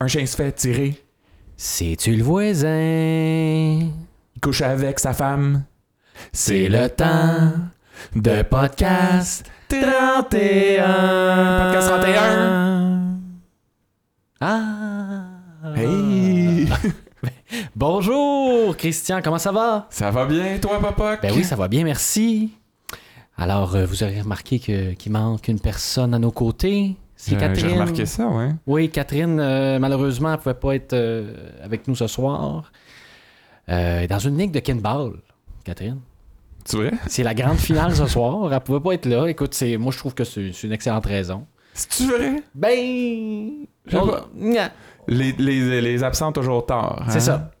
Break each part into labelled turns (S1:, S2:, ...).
S1: Un chien se fait tirer.
S2: C'est-tu le voisin?
S1: Il couche avec sa femme.
S2: C'est le temps de podcast 31.
S1: Podcast 31.
S2: Ah.
S1: Hey!
S2: Bonjour, Christian, comment ça va?
S1: ça va bien, toi, papa?
S2: Ben oui, ça va bien, merci. Alors, euh, vous aurez remarqué que- qu'il manque une personne à nos côtés. C'est
S1: Euh, J'ai- J'ai
S2: Catherine.
S1: remarqué ça, ouais.
S2: Oui, Catherine, euh, malheureusement, elle ne pouvait pas être euh, avec nous ce soir. Euh, dans une ligue de Kenball, Catherine.
S1: Tu vrai?
S2: C'est la grande finale ce soir. Elle pouvait pas être là. Écoute, c'est, moi, je trouve que c'est, c'est une excellente raison.
S1: C'est-tu vrai?
S2: Ben.
S1: Je sais
S2: on-
S1: pas.
S2: Nya.
S1: Les, les, les absents toujours tard. hein?
S2: C'est ça.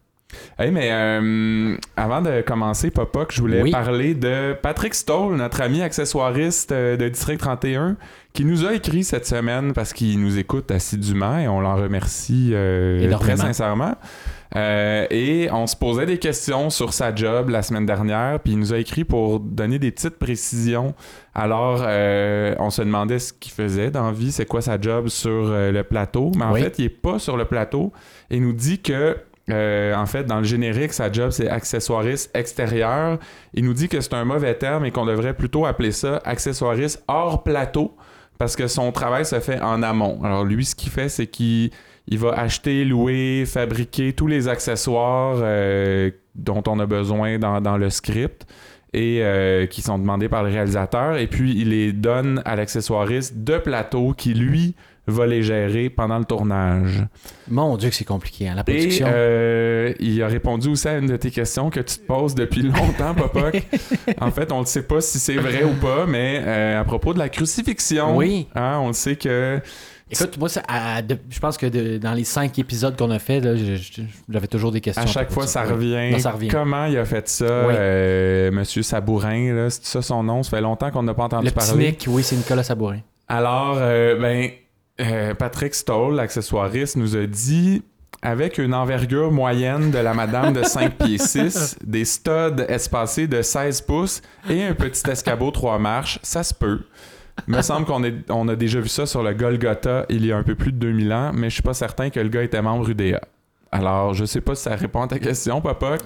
S1: Hey, mais euh, avant de commencer, Papa, que je voulais
S2: Oui.
S1: parler de Patrick Stoll, notre ami accessoiriste euh, de District 31, qui nous a écrit cette semaine parce qu'il nous écoute assidûment et on l'en remercie euh,
S2: Énormément.
S1: très sincèrement. Euh, et on se posait des questions sur sa job la semaine dernière, puis il nous a écrit pour donner des petites précisions. Alors, euh, on se demandait ce qu'il faisait dans la vie, c'est quoi sa job sur euh, le plateau. Mais en
S2: Oui.
S1: fait, il n'est pas sur le plateau et il nous dit que euh, en fait, dans le générique, sa job, c'est accessoiriste extérieur. Il nous dit que c'est un mauvais terme et qu'on devrait plutôt appeler ça accessoiriste hors plateau parce que son travail se fait en amont. Alors lui, ce qu'il fait, c'est qu'il il va acheter, louer, fabriquer tous les accessoires euh, dont on a besoin dans, dans le script et euh, qui sont demandés par le réalisateur. Et puis, il les donne à l'accessoiriste de plateau qui, lui, va les gérer pendant le tournage.
S2: Mon Dieu, que c'est compliqué, hein, la
S1: Et
S2: production.
S1: euh, il a répondu aussi à une de tes questions que tu te poses depuis longtemps, Popoc. en fait, on ne sait pas si c'est vrai ou pas, mais euh, à propos de la crucifixion,
S2: Oui.
S1: hein, on le sait que...
S2: Écoute, moi, ça- à- de- je pense que de- dans les cinq épisodes qu'on a fait, là, je- je- j'avais toujours des questions.
S1: À chaque fois,
S2: propos de
S1: ça
S2: Oui.
S1: revient.
S2: Non, ça revient.
S1: Comment il a fait ça,
S2: Oui.
S1: euh, Monsieur Sabourin, là, c'est ça son nom? Ça fait longtemps qu'on n'a pas entendu
S2: Le petit
S1: parler.
S2: Nick, oui, c'est Nicolas Sabourin.
S1: Alors, euh, ben, euh, Patrick Stoll, l'accessoiriste, nous a dit avec une envergure moyenne de la madame de 5 pieds 6, des studs espacés de 16 pouces et un petit escabeau 3 marches, ça se peut. Me semble qu'on est- on a déjà vu ça sur le Golgotha il y a un peu plus de 2000 ans, mais je suis pas certain que le gars était membre UDA. Alors, je sais pas si ça répond à ta question, Popoc.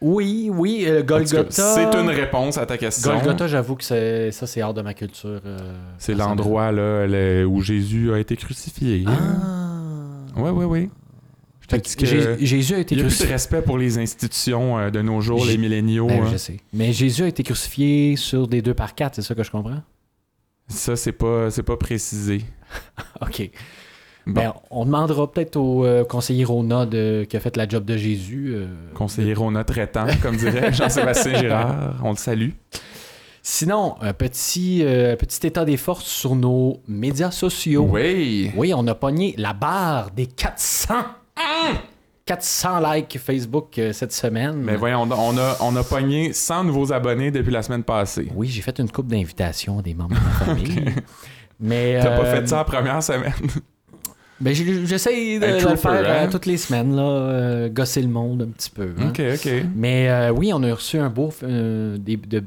S2: Oui, oui, euh,
S1: En tout cas,
S2: Golgotha.
S1: C'est une réponse à ta question.
S2: Golgotha, j'avoue que c'est- ça, c'est hors de ma culture. euh,
S1: C'est
S2: personnelle.
S1: l'endroit là, le- où Jésus a été crucifié.
S2: Ah.
S1: Ouais, ouais, oui.
S2: Fait que Jé- Jésus a été
S1: Il y a plus de
S2: crucifié.
S1: respect pour les institutions euh, de nos jours,
S2: J-
S1: les milléniaux.
S2: Ben,
S1: hein.
S2: je sais. Mais Jésus a été crucifié sur des deux par quatre, c'est ça que je comprends?
S1: Ça, c'est pas, c'est pas précisé.
S2: OK.
S1: Bon.
S2: Ben, on demandera peut-être au euh, conseiller Rona de, qui a fait la job de Jésus. euh,
S1: Conseiller Rona traitant, comme dirait Jean-Sébastien Girard. On le salue.
S2: Sinon, un petit, euh, petit état des forces sur nos médias sociaux.
S1: Oui.
S2: Oui, on a pogné la barre des 400. 400 likes Facebook euh, cette semaine.
S1: Mais voyons, on a, on a pogné 100 nouveaux abonnés depuis la semaine passée.
S2: Oui, j'ai fait une coupe d'invitations des membres de ma famille. Mais
S1: T'as pas
S2: euh,
S1: fait ça la première semaine.
S2: ben, j'ai- j'essaie de,
S1: Un
S2: de le
S1: trooper,
S2: faire euh,
S1: hein?
S2: toutes les semaines, là, euh, gosser le monde un petit peu. hein.
S1: ok, ok.
S2: Mais euh, oui, on a reçu un beau, euh, des- de,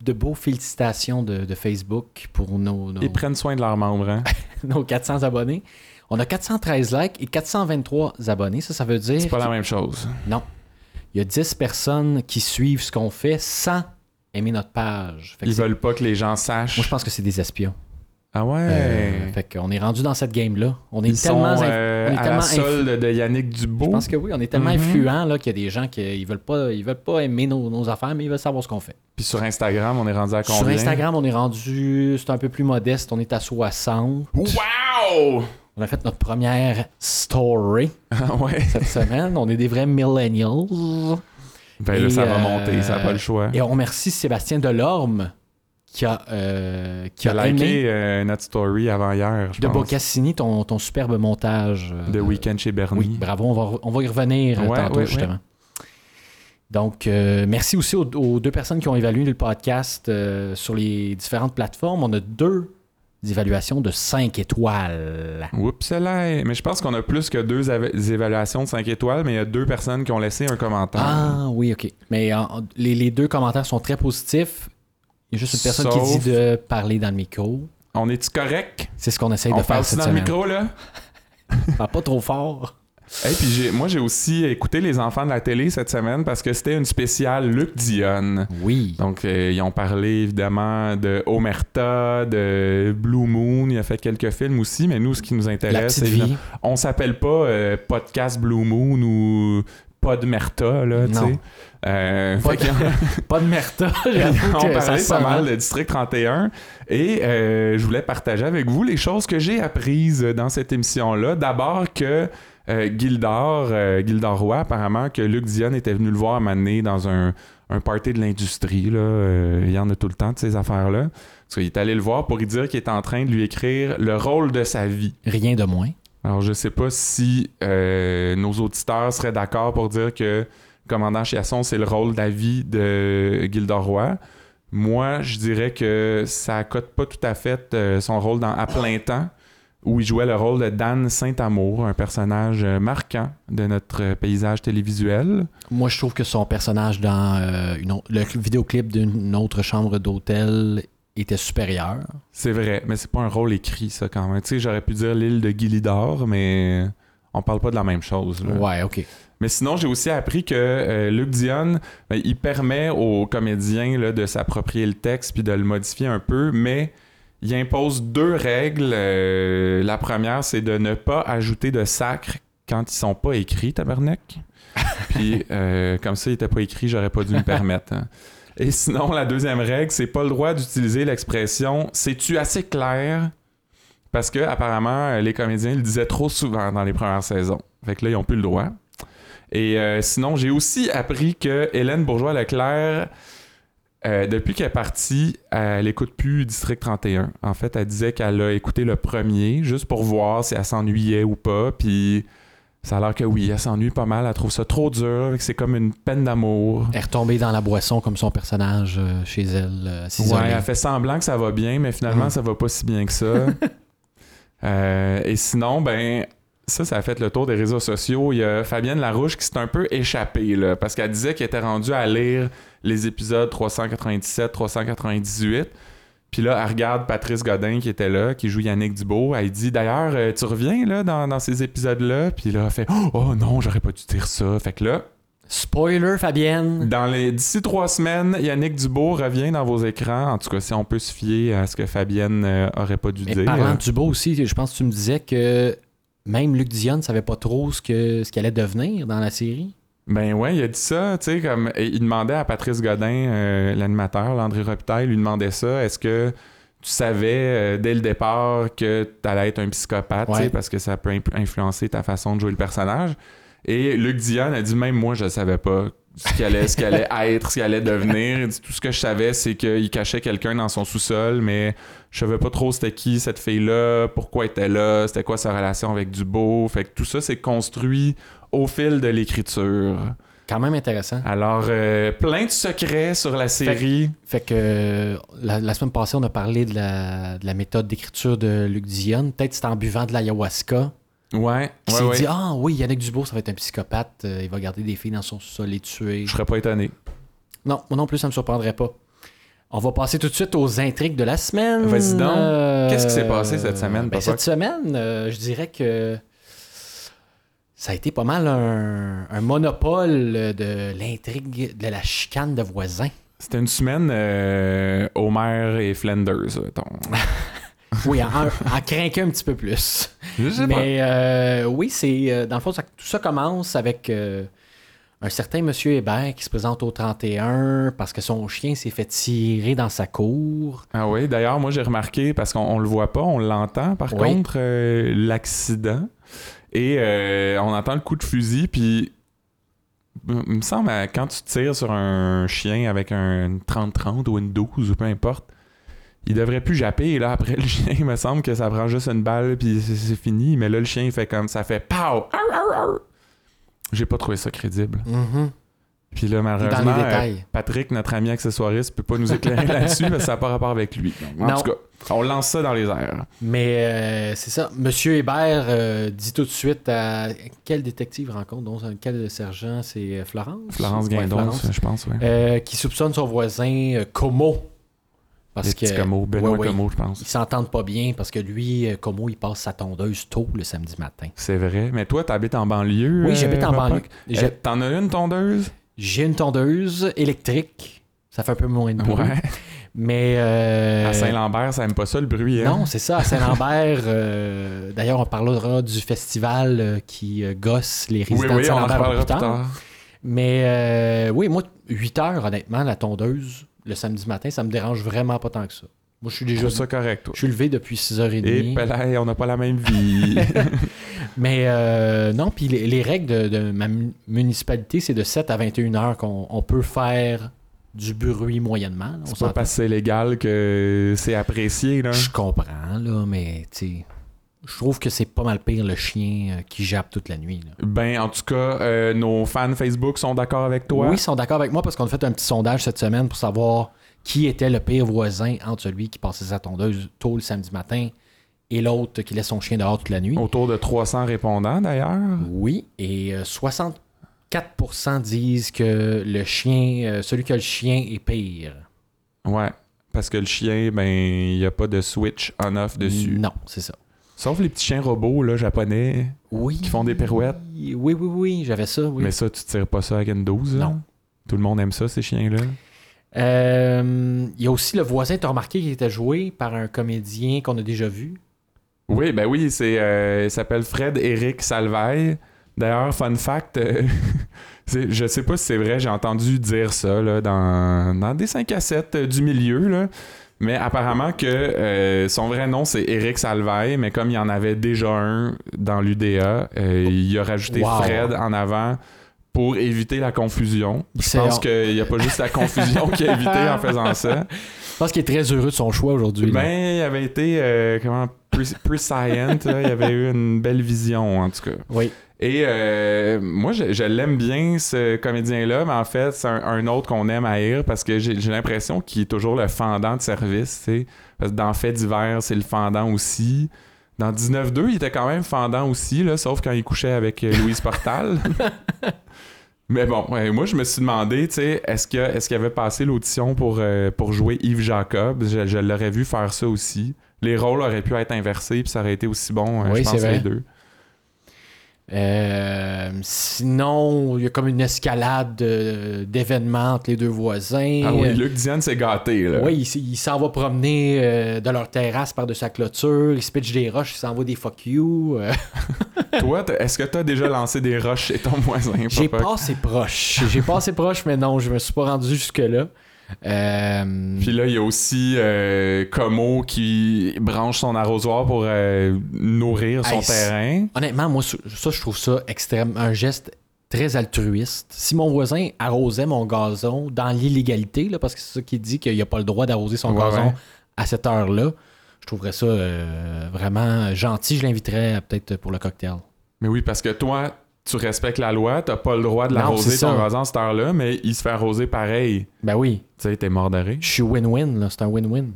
S2: de beaux félicitations de, de Facebook pour nos, nos-
S1: Ils prennent soin de leurs membres. hein.
S2: nos 400 abonnés. On a 413 likes et 423 abonnés. Ça, ça veut
S1: C'est
S2: dire
S1: pas la même chose.
S2: qu'il y a 10 personnes qui suivent ce qu'on fait sans aimer notre page. Fait que
S1: Ils
S2: c'est-
S1: veulent pas que les gens sachent.
S2: Moi, je pense que c'est des espions.
S1: Ah ouais.
S2: Euh, fait qu'on est rendu dans cette game-là. On est
S1: Ils sont
S2: tellement... inf-
S1: euh,
S2: on est
S1: à
S2: tellement
S1: la
S2: inf-
S1: solde de Yannick Dubo.
S2: Je pense que oui, on est tellement
S1: Mhm.
S2: influents là, qu'il y a des gens qui euh, ils veulent pas, ils veulent pas aimer nos, nos affaires, mais ils veulent savoir ce qu'on fait.
S1: Puis sur Instagram, on est rendu à combien?
S2: Sur Instagram, on est rendu, c'est un peu plus modeste, on est à 60.
S1: Wow!
S2: On a fait notre première story
S1: Ah ouais.
S2: cette semaine. On est des vrais millennials.
S1: Ben là,
S2: Et,
S1: ça va
S2: euh,
S1: monter, ça n'a pas le choix.
S2: Et on remercie Sébastien Delorme qui a, euh, qui
S1: Qui a
S2: a aimé
S1: liké euh, notre story avant hier, je
S2: de
S1: pense.
S2: Bocassini ton, ton superbe montage. euh,
S1: De Week-end chez Bernie.
S2: Oui, bravo, on va, on va y revenir euh,
S1: Ouais,
S2: tantôt,
S1: ouais, ouais.
S2: justement. Donc, euh, merci aussi aux, aux deux personnes qui ont évalué le podcast euh, sur les différentes plateformes. On a deux évaluations de 5 étoiles.
S1: Oups, là. Mais je pense qu'on a plus que deux av- évaluations de 5 étoiles, mais il y a deux personnes qui ont laissé un commentaire.
S2: Ah oui, ok. Mais en- en- les, les deux commentaires sont très positifs. Il y a juste une personne qui
S1: Sauf-
S2: dit de parler dans le micro.
S1: On est-tu correct?
S2: C'est ce qu'on essaye
S1: on
S2: de Eh ben, faire
S1: parle
S2: cette
S1: dans le
S2: semaine.
S1: micro, là?
S2: Parle pas trop fort.
S1: Et puis j'ai- moi j'ai aussi écouté les enfants de la télé cette semaine parce que c'était une spéciale Luc Dionne.
S2: Oui.
S1: Donc euh, ils ont parlé évidemment de Omerta, de Blue Moon, il a fait quelques films aussi, mais nous ce qui nous
S2: La
S1: intéresse
S2: petite
S1: c'est évidemment-
S2: vie.
S1: on s'appelle pas euh, podcast Blue Moon ou Podmerta là, tu
S2: Non.
S1: sais. Euh,
S2: Pas
S1: fait
S2: de-
S1: qu'ils ont-
S2: Pas de merta. j'avoue
S1: on
S2: que ça
S1: parlait
S2: sent,
S1: pas mal
S2: hein.
S1: de District 31 et euh, je voulais partager avec vous les choses que j'ai apprises dans cette émission-là. D'abord que euh, Gildor, euh, Gildor Roy, apparemment que Luc Dion était venu le voir m'amener dans un, un party de l'industrie. là. Euh, il y en a tout le temps de ces affaires-là. Parce qu'il est allé le voir pour lui dire qu'il est en train de lui écrire le rôle de sa vie.
S2: Rien de moins.
S1: Alors, je sais pas si euh, nos auditeurs seraient d'accord pour dire que commandant Chiasson, c'est le rôle d'avis de Gildor Roy. Moi, je dirais que ça accote pas tout à fait euh, son rôle dans À plein temps, où il jouait le rôle de Dan Saint-Amour, un personnage euh, marquant de notre euh, paysage télévisuel.
S2: Moi, je trouve que son personnage dans euh, une au- le cl- vidéoclip d'une autre chambre d'hôtel était supérieur.
S1: C'est vrai, mais c'est pas un rôle écrit, ça, quand même. Tu sais, j'aurais pu dire l'île de Gilidor, mais on parle pas de la même chose. là.
S2: Ouais, ok.
S1: Mais sinon, j'ai aussi appris que euh, Luc Dion, ben, il permet aux comédiens là, de s'approprier le texte puis de le modifier un peu, mais il impose deux règles. Euh, la première, c'est de ne pas ajouter de sacre quand ils sont pas écrits, tabarnak. puis euh, comme ça, il était pas écrit, j'aurais pas dû me permettre. hein. Et sinon, la deuxième règle, c'est pas le droit d'utiliser l'expression « c'est-tu assez clair ?» parce que apparemment euh, les comédiens le disaient trop souvent dans les premières saisons. Fait que là, ils ont plus le droit. Et euh, sinon, j'ai aussi appris que Hélène Bourgeois-Leclerc, euh, depuis qu'elle est partie, elle écoute plus District 31. En fait, elle disait qu'elle a écouté le premier juste pour voir si elle s'ennuyait ou pas. Puis ça a l'air que oui, elle s'ennuie pas mal. Elle trouve ça trop dur. fait que C'est comme une peine d'amour.
S2: Elle est retombée dans la boisson comme son personnage euh, chez elle. euh, s'isoler.
S1: Ouais, elle fait semblant que ça va bien, mais finalement,
S2: Mhm.
S1: ça va pas si bien que ça. Euh, et sinon, ben, ça, ça a fait le tour des réseaux sociaux. Il y a Fabienne Larouche qui s'est un peu échappée, là, parce qu'elle disait qu'elle était rendue à lire les épisodes 397, 398. Puis là, elle regarde Patrice Godin qui était là, qui joue Yannick Dubo. Elle dit D'ailleurs, euh, tu reviens là, dans, dans ces épisodes-là Puis là, elle fait Oh non, j'aurais pas dû dire ça. Fait que là,
S2: Spoiler, Fabienne.
S1: dans les d'ici trois semaines, Yannick Dubois revient dans vos écrans. En tout cas, si on peut se fier à ce que Fabienne euh, aurait pas dû
S2: Mais
S1: dire.
S2: parlant du beau aussi, je pense que tu me disais que même Luc Dion ne savait pas trop ce que ce qu'elle allait devenir dans la série.
S1: Ben ouais, il a dit ça, tu sais, comme et il demandait à Patrice Godin, euh, l'animateur, l'André Robitaille, il lui demandait ça. Est-ce que tu savais euh, dès le départ que t'allais être un psychopathe, tu sais,
S2: Ouais.
S1: parce que ça peut imp- influencer ta façon de jouer le personnage. Et Luc Dion a dit même moi je savais pas ce qu'il allait, ce qu'il allait être, ce qu'il allait devenir. Il dit, tout ce que je savais c'est qu'il cachait quelqu'un dans son sous-sol, mais je savais pas trop c'était qui cette fille-là, pourquoi elle était là, c'était quoi sa relation avec Dubo. Fait que tout ça c'est construit au fil de l'écriture.
S2: Quand même intéressant.
S1: Alors euh, plein de secrets sur la série.
S2: Fait que euh, la, la semaine passée, on a parlé de la, de la méthode d'écriture de Luc Dion. Peut-être c'est en buvant de l'ayahuasca.
S1: Ouais,
S2: Il
S1: ouais,
S2: s'est
S1: ouais.
S2: dit Ah oui, Yannick Dubois, ça va être un psychopathe. euh, il va garder des filles dans son sous-sol et tuer.
S1: Je serais pas étonné.
S2: Non, moi non plus, ça me surprendrait pas. On va passer tout de suite aux intrigues de la semaine.
S1: Vas-y donc.
S2: Euh,
S1: Qu'est-ce qui s'est passé cette semaine,
S2: ben,
S1: papa?
S2: Cette semaine, euh, je dirais que ça a été pas mal un, un monopole de l'intrigue de la chicane de voisins.
S1: C'était une semaine euh, Homer et Flanders, mettons.
S2: Oui, en, en craquant un petit peu plus.
S1: Je sais pas.
S2: Mais euh, oui, c'est euh, dans le fond, ça- tout ça commence avec euh, un certain monsieur Hébert qui se présente au 31 parce que son chien s'est fait tirer dans sa cour.
S1: Ah oui, d'ailleurs, moi j'ai remarqué, parce qu'on on le voit pas, on l'entend par
S2: Oui.
S1: contre, euh, l'accident. Et euh, on entend le coup de fusil, puis il me semble, euh, quand tu tires sur un chien avec un 30-30 ou une 12 ou peu importe, il devrait plus japper. Et là, après le chien, il me semble que ça prend juste une balle, puis c'est- c'est fini. Mais là, le chien, il fait comme ça, fait pow! Arr, arr, arr. J'ai pas trouvé ça crédible. Puis là, malheureusement,
S2: Dans les
S1: euh,
S2: détails.
S1: Patrick, notre ami accessoiriste, peut pas nous éclairer là-dessus, mais ça n'a pas rapport avec lui. Donc, en
S2: Non.
S1: tout cas, on lance ça dans les airs.
S2: Mais euh, c'est ça. Monsieur Hébert euh, dit tout de suite à quel détective rencontre, donc quel sergent, c'est euh, Florence. Euh,
S1: Florence
S2: Ouais,
S1: Guindon,
S2: Florence.
S1: ça, je pense, ouais.
S2: Euh, qui soupçonne son voisin euh, Como
S1: Les
S2: Parce
S1: petits
S2: que
S1: Comeau, Benoît
S2: ouais, ouais,
S1: Comeau, je
S2: ils
S1: pense.
S2: s'entendent pas bien parce que lui, euh, Como, il passe sa tondeuse tôt le samedi matin.
S1: C'est vrai. Mais toi, t'habites en banlieue.
S2: Oui,
S1: euh,
S2: j'habite en
S1: Papa?
S2: banlieue.
S1: Eh,
S2: J'ai-
S1: T'en as une tondeuse?
S2: J'ai une tondeuse électrique. Ça fait un peu moins de bruit.
S1: Ouais.
S2: Mais. euh,
S1: À Saint-Lambert, ça aime pas ça le bruit. hein?
S2: Non, c'est ça, à Saint-Lambert. euh, D'ailleurs, on parlera du festival euh, qui euh, gosse les
S1: Oui,
S2: résidents de
S1: oui, on en
S2: Saint-Lambert
S1: reparlera plus
S2: plus tard.
S1: tard.
S2: Mais euh, oui, moi, 8 heures, honnêtement, la tondeuse, le samedi matin, ça me dérange vraiment pas tant que ça. Moi, je suis
S1: Je
S2: déjà.
S1: trouve ça correct, toi.
S2: Je suis levé depuis 6h30.
S1: Et Pelay, on n'a pas la même vie.
S2: Mais euh, non, puis les, les règles de, de ma mu- municipalité, c'est de 7 à 21 heures qu'on on peut faire du bruit moyennement. là, on
S1: c'est pas
S2: s'entend.
S1: parce que c'est légal que c'est apprécié, là.
S2: Je comprends, là, mais tu sais, je trouve que c'est pas mal pire le chien euh, qui jappe toute la nuit. là.
S1: Ben, en tout cas, euh, nos fans Facebook sont d'accord avec toi.
S2: Oui, ils sont d'accord avec moi parce qu'on a fait un petit sondage cette semaine pour savoir qui était le pire voisin entre celui qui passait sa tondeuse tôt le samedi matin et l'autre qui laisse son chien dehors toute la nuit.
S1: Autour de 300 répondants, d'ailleurs.
S2: Oui, et euh, 64% disent que le chien, euh, celui qui a le chien est pire.
S1: Ouais. Parce que le chien, ben, il n'y a pas de switch on-off dessus.
S2: Non, c'est ça.
S1: Sauf les petits chiens robots, là, japonais.
S2: Oui.
S1: Qui font des pirouettes.
S2: Oui, oui, oui, j'avais ça, oui.
S1: Mais ça, tu tires pas ça avec une 12. là.
S2: Non.
S1: Tout le monde aime ça, ces chiens-là.
S2: Euh, Il y a aussi le voisin, t'as remarqué, qui était joué par un comédien qu'on a déjà vu.
S1: Oui, ben oui, c'est, euh, il s'appelle Fred Eric Salvaille. D'ailleurs, fun fact, euh, c'est- je sais pas si c'est vrai, j'ai entendu dire ça là, dans, dans des 5 à 7 euh, du milieu, là. mais apparemment que euh, son vrai nom c'est Eric Salvaille, mais comme il y en avait déjà un dans l'UDA, euh, il a rajouté
S2: Wow.
S1: Fred en avant pour éviter la confusion. Je
S2: C'est-
S1: pense qu'il n'y a pas juste la confusion qu'il a évité en faisant ça.
S2: Je pense qu'il est très heureux de son choix aujourd'hui. là.
S1: Ben, il avait été euh, comment pre- prescient, là, il avait eu une belle vision en tout cas.
S2: Oui.
S1: Et euh, moi, je, je l'aime bien ce comédien-là, mais en fait, c'est un, un autre qu'on aime haïr parce que j'ai j'ai l'impression qu'il est toujours le fendant de service. tu sais. Parce que dans Fait divers, c'est le fendant aussi. Dans 19-2, il était quand même fendant aussi, là, sauf quand il couchait avec euh, Louise Portal. mais bon, ouais, moi, je me suis demandé, tu sais, est-ce qu'il est qu'il avait passé l'audition pour, euh, pour jouer Yves Jacob? Je, je l'aurais vu faire ça aussi. Les rôles auraient pu être inversés, puis ça aurait été aussi bon, euh,
S2: Oui,
S1: je pense,
S2: c'est vrai.
S1: les deux.
S2: Euh, sinon, il y a comme une escalade euh, d'événements entre les deux voisins.
S1: Ah oui,
S2: Euh,
S1: Luc Diane s'est gâté, là.
S2: Oui, il, s- il s'en va promener euh, de leur terrasse par-dessus sa clôture, il se pitche des roches, il s'envoie des fuck you. euh.
S1: Toi, t'as- est-ce que t'as déjà lancé des roches chez ton voisin,
S2: J'ai
S1: papa?
S2: pas assez proche. J'ai pas assez proche, mais non, je me suis pas rendu jusque-là. Euh,
S1: Puis là, il y a aussi euh, Como qui branche son arrosoir pour euh, nourrir son
S2: Hey, c'est-
S1: terrain.
S2: Honnêtement, moi, ça, je trouve ça extrême. Un geste très altruiste. Si mon voisin arrosait mon gazon dans l'illégalité, là, parce que c'est ça qui dit qu'il n'y a pas le droit d'arroser son
S1: Ouais,
S2: gazon
S1: ouais.
S2: à cette heure-là, je trouverais ça euh, vraiment gentil. Je l'inviterais euh, peut-être pour le cocktail.
S1: Mais oui, parce que toi, tu respectes la loi, t'as pas le droit de
S2: Non,
S1: l'arroser
S2: c'est
S1: ton
S2: ça.
S1: gazon à cette heure-là, mais il se fait arroser pareil.
S2: Ben oui,
S1: Tu sais, t'es mort d'arrêt.
S2: je suis win-win, là. c'est un win-win.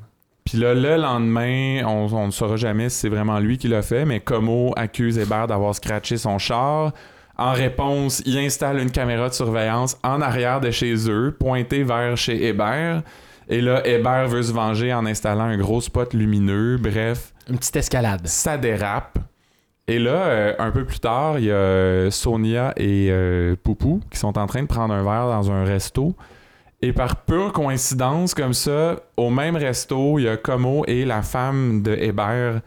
S1: Puis là, le lendemain, on, on ne saura jamais si c'est vraiment lui qui l'a fait, mais Como accuse Hébert d'avoir scratché son char. En réponse, il installe une caméra de surveillance en arrière de chez eux, pointée vers chez Hébert. Et là, Hébert veut se venger en installant un gros spot lumineux. Bref,
S2: Une petite escalade.
S1: ça dérape. Et là, euh, un peu plus tard, il y a euh, Sonia et euh, Poupou qui sont en train de prendre un verre dans un resto. Et par pure coïncidence, comme ça, au même resto, il y a Como et la femme de Hébert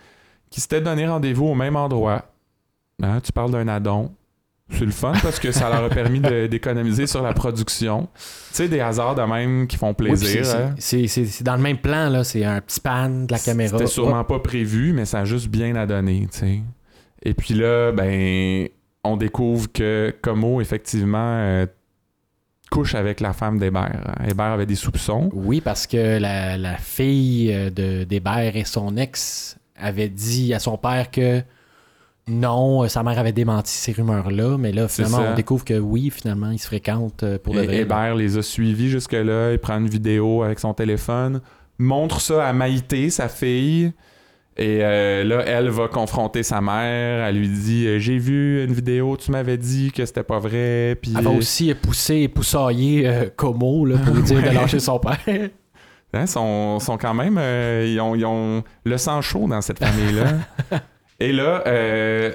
S1: qui s'étaient donné rendez-vous au même endroit. Hein, tu parles d'un addon. C'est le fun parce que ça leur a permis de- d'économiser sur la production. Tu sais, des hasards de même qui font
S2: Oui, puis
S1: plaisir.
S2: c'est-
S1: hein.
S2: c'est- c'est c'est dans le même plan, là. c'est un petit pan de la caméra.
S1: C'était sûrement pas prévu, mais ça a juste bien à donner, tu sais. Et puis là, ben, on découvre que Como, effectivement, euh, couche avec la femme d'Hébert. Hébert avait des soupçons.
S2: Oui, parce que la, la fille euh, de d'Hébert et son ex avaient dit à son père que non, euh, sa mère avait démenti ces rumeurs-là, mais là,
S1: C'est
S2: finalement,
S1: ça.
S2: on découvre que oui, finalement, ils se fréquentent euh, pour le
S1: Et
S2: vrai.
S1: Hébert les a suivis jusque-là. Il prend une vidéo avec son téléphone, montre ça à Maïté, sa fille. Et euh, là, elle va confronter sa mère. Elle lui dit euh, J'ai vu une vidéo, tu m'avais dit que c'était pas vrai. Puis
S2: Elle va aussi pousser et poussailler euh, Como là, pour lui dire
S1: Ouais.
S2: de lâcher son père.
S1: Hein, sont, sont quand même. euh, ils, ont, ils ont le sang chaud dans cette famille-là. Et là, euh,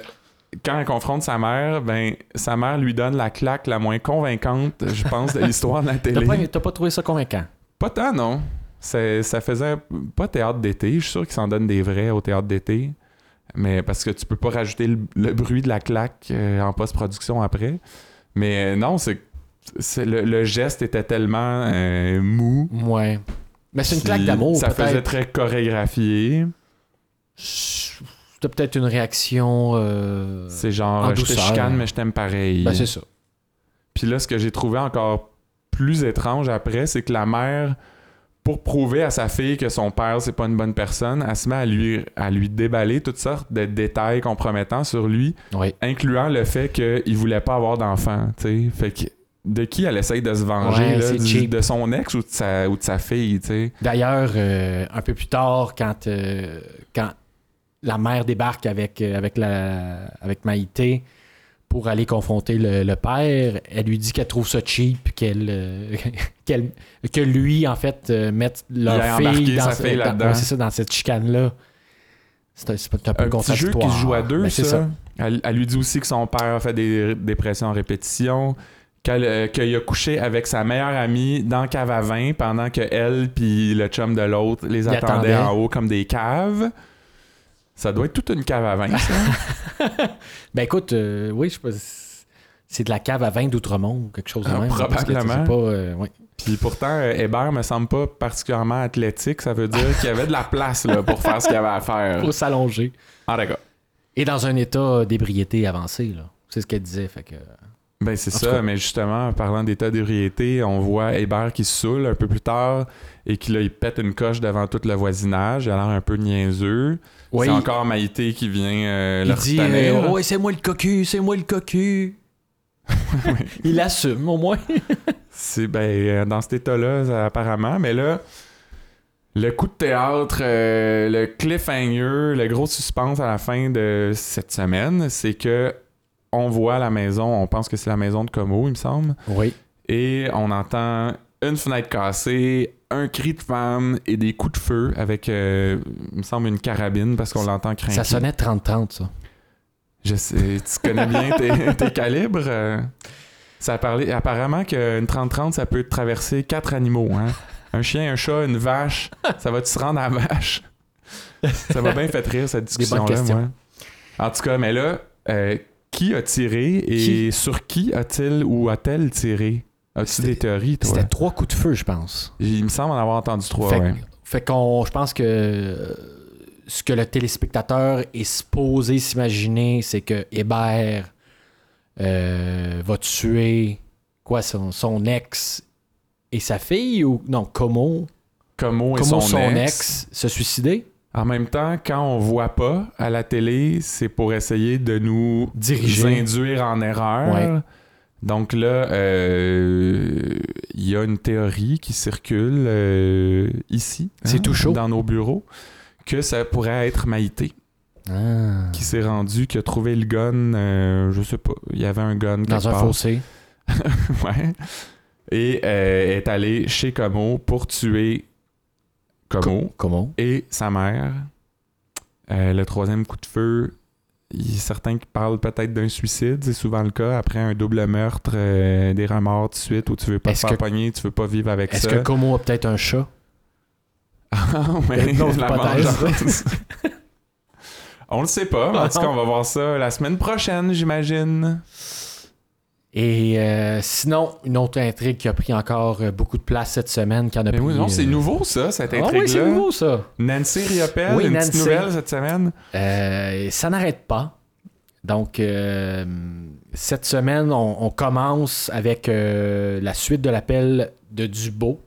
S1: quand elle confronte sa mère, ben sa mère lui donne la claque la moins convaincante, je pense, de l'histoire de la
S2: T'as
S1: télé.
S2: pas, t'as pas trouvé ça convaincant?
S1: Pas tant, non. C'est- ça faisait pas théâtre d'été. Je suis sûr qu'ils s'en donnent des vrais au théâtre d'été. Mais parce que tu peux pas rajouter le, le bruit de la claque euh, en post-production après. Mais euh, non, c'est, c'est- le, le geste était tellement euh, mou.
S2: Ouais. Mais c'est une claque
S1: Puis
S2: d'amour.
S1: Ça
S2: peut-être.
S1: faisait très chorégraphié.
S2: C'était peut-être une réaction. euh,
S1: C'est genre,
S2: en
S1: je te
S2: douceur.
S1: chicane, mais je t'aime pareil.
S2: Ben, c'est ça.
S1: Puis là, ce que j'ai trouvé encore plus étrange après, c'est que la mère, pour prouver à sa fille que son père, c'est pas une bonne personne, elle se met à lui, à lui déballer toutes sortes de détails compromettants sur lui,
S2: Oui.
S1: incluant le fait qu'il voulait pas avoir d'enfant, tu sais. Fait que de qui elle essaye de se venger,
S2: Ouais,
S1: là,
S2: c'est
S1: du-
S2: cheap.
S1: de son ex ou de sa, ou de sa fille, tu sais.
S2: D'ailleurs, euh, un peu plus tard, quand, euh, quand la mère débarque avec, euh, avec, la, avec Maïté pour aller confronter le, le père, elle lui dit qu'elle trouve ça cheap, qu'elle, euh, qu'elle- que lui, en fait, euh, mette
S1: Il
S2: leur
S1: a
S2: fille,
S1: embarqué
S2: dans,
S1: sa fille
S2: dans-
S1: là-dedans.
S2: ouais, c'est ça, dans cette chicane-là. C'est un, c'est un peu
S1: Un petit jeu qui se
S2: contradictoire.
S1: joue à deux,
S2: Ben,
S1: ça.
S2: c'est ça.
S1: Elle, elle lui dit aussi que son père a fait des dépressions en répétition, qu'elle, euh, qu'il a couché avec sa meilleure amie dans la cave à vin pendant que elle puis le chum de l'autre les
S2: Ils
S1: attendaient
S2: attendaient.
S1: en haut comme des caves. Ça doit être toute une cave à vin, ça.
S2: Ben écoute, euh, oui, je sais pas. c'est- C'est de la cave à vin d'Outremont, quelque chose de
S1: Ah,
S2: même. hein, parce que, tu sais,
S1: probablement.
S2: c'est pas, euh, ouais.
S1: puis pourtant, euh, Hébert me semble pas particulièrement athlétique. Ça veut dire qu'il y avait de la place là, pour faire ce qu'il avait à faire.
S2: Faut s'allonger.
S1: Ah, d'accord.
S2: Et dans un état d'ébriété avancé, là. C'est ce qu'elle disait. Fait que...
S1: Ben c'est
S2: En
S1: ça,
S2: tout cas.
S1: mais justement, en parlant d'état d'ébriété, on voit Hébert qui se saoule un peu plus tard et qui là, il pète une coche devant tout le voisinage. Il a l'air un peu niaiseux.
S2: Ouais,
S1: c'est
S2: il-
S1: encore Maïté qui vient euh,
S2: il
S1: leur
S2: dit
S1: tanner,
S2: euh,
S1: là.
S2: Ouais, c'est moi le cocu, c'est moi le cocu. il assume au moins.
S1: C'est ben, euh, dans cet état-là, ça, apparemment. Mais là, le coup de théâtre, euh, le cliffhanger, le gros suspense à la fin de cette semaine, c'est que on voit la maison, on pense que c'est la maison de Como, il me semble.
S2: Oui.
S1: Et on entend une fenêtre cassée, un cri de femme et des coups de feu avec, euh, il me semble, une carabine parce qu'on l'entend craindre.
S2: Ça sonnait 30-30, ça.
S1: Je sais, tu connais bien tes, tes calibres. euh. Ça a parlé, apparemment qu'une 30-30, ça peut traverser quatre animaux. hein. Un chien, un chat, une vache. Ça va-tu se rendre à la vache? Ça m'a bien fait rire, cette
S2: Des bonnes
S1: discussion-là. moi. En tout cas, mais là, euh, qui a tiré et
S2: Qui?
S1: sur qui a-t-il ou a-t-elle tiré? As-tu
S2: C'était-
S1: des théories, toi?
S2: C'était trois coups de feu, je pense.
S1: Il me semble en avoir entendu trois,
S2: fait
S1: ouais.
S2: fait qu'on. Je pense que euh, ce que le téléspectateur est supposé s'imaginer, c'est que Hébert euh, va tuer quoi, son, son ex et sa fille ou. Non, Como.
S1: Como et
S2: Como
S1: son, ex.
S2: ex se suicider.
S1: En même temps, quand on voit pas à la télé, c'est pour essayer de nous
S2: Diriger.
S1: induire en erreur.
S2: Ouais.
S1: Donc là, euh, il y a une théorie qui circule euh, ici,
S2: C'est tout chaud.
S1: dans nos bureaux, que ça pourrait être Maïté
S2: Ah.
S1: qui s'est rendu, qui a trouvé le gun, euh, je sais pas, il y avait un gun quelque
S2: Dans un
S1: part.
S2: fossé.
S1: Ouais. Et euh, est allé chez Como pour tuer Como.
S2: Comment?
S1: et sa mère. Euh, le troisième coup de feu, il y a certains qui parlent peut-être d'un suicide, c'est souvent le cas, après un double meurtre, euh, des remords tout de suite, où tu veux pas te
S2: Est-ce
S1: faire
S2: que-
S1: pogner, tu veux pas vivre avec
S2: Est-ce
S1: ça.
S2: que Como a peut-être un chat?
S1: Ah, ouais,
S2: Une autre
S1: la
S2: hypothèse.
S1: vengeance. on le sait pas, mais en tout cas, on va voir ça la semaine prochaine, j'imagine.
S2: Et euh, sinon, une autre intrigue qui a pris encore euh, beaucoup de place cette semaine. Qui en a
S1: Mais
S2: pris,
S1: oui, non, c'est
S2: euh,
S1: nouveau ça, cette
S2: Ah oui,
S1: intrigue-là.
S2: c'est nouveau ça.
S1: Nancy Riopelle,
S2: Oui,
S1: une
S2: Nancy.
S1: petite nouvelle cette semaine.
S2: Euh, ça n'arrête pas. Donc, euh, cette semaine, on, on commence avec euh, la suite de l'appel de Dubo.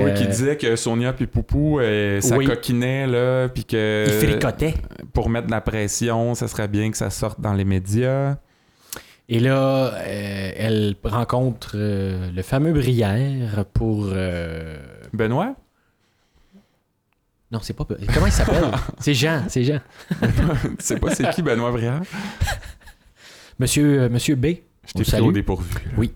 S1: Oui,
S2: euh,
S1: qui disait que Sonia puis Poupou, euh, ça
S2: oui.
S1: coquinait, là, puis que...
S2: il fricotait.
S1: pour mettre de la pression, ça serait bien que ça sorte dans les médias.
S2: Et là, euh, elle rencontre euh, le fameux Brière pour. euh,
S1: Benoît?
S2: Non, c'est pas. Comment il s'appelle C'est Jean, c'est Jean.
S1: tu sais pas c'est qui Benoît Brière?
S2: Monsieur, euh, Monsieur B.
S1: Je
S2: On
S1: t'ai
S2: le
S1: pris
S2: salue.
S1: au dépourvu. là.
S2: Oui.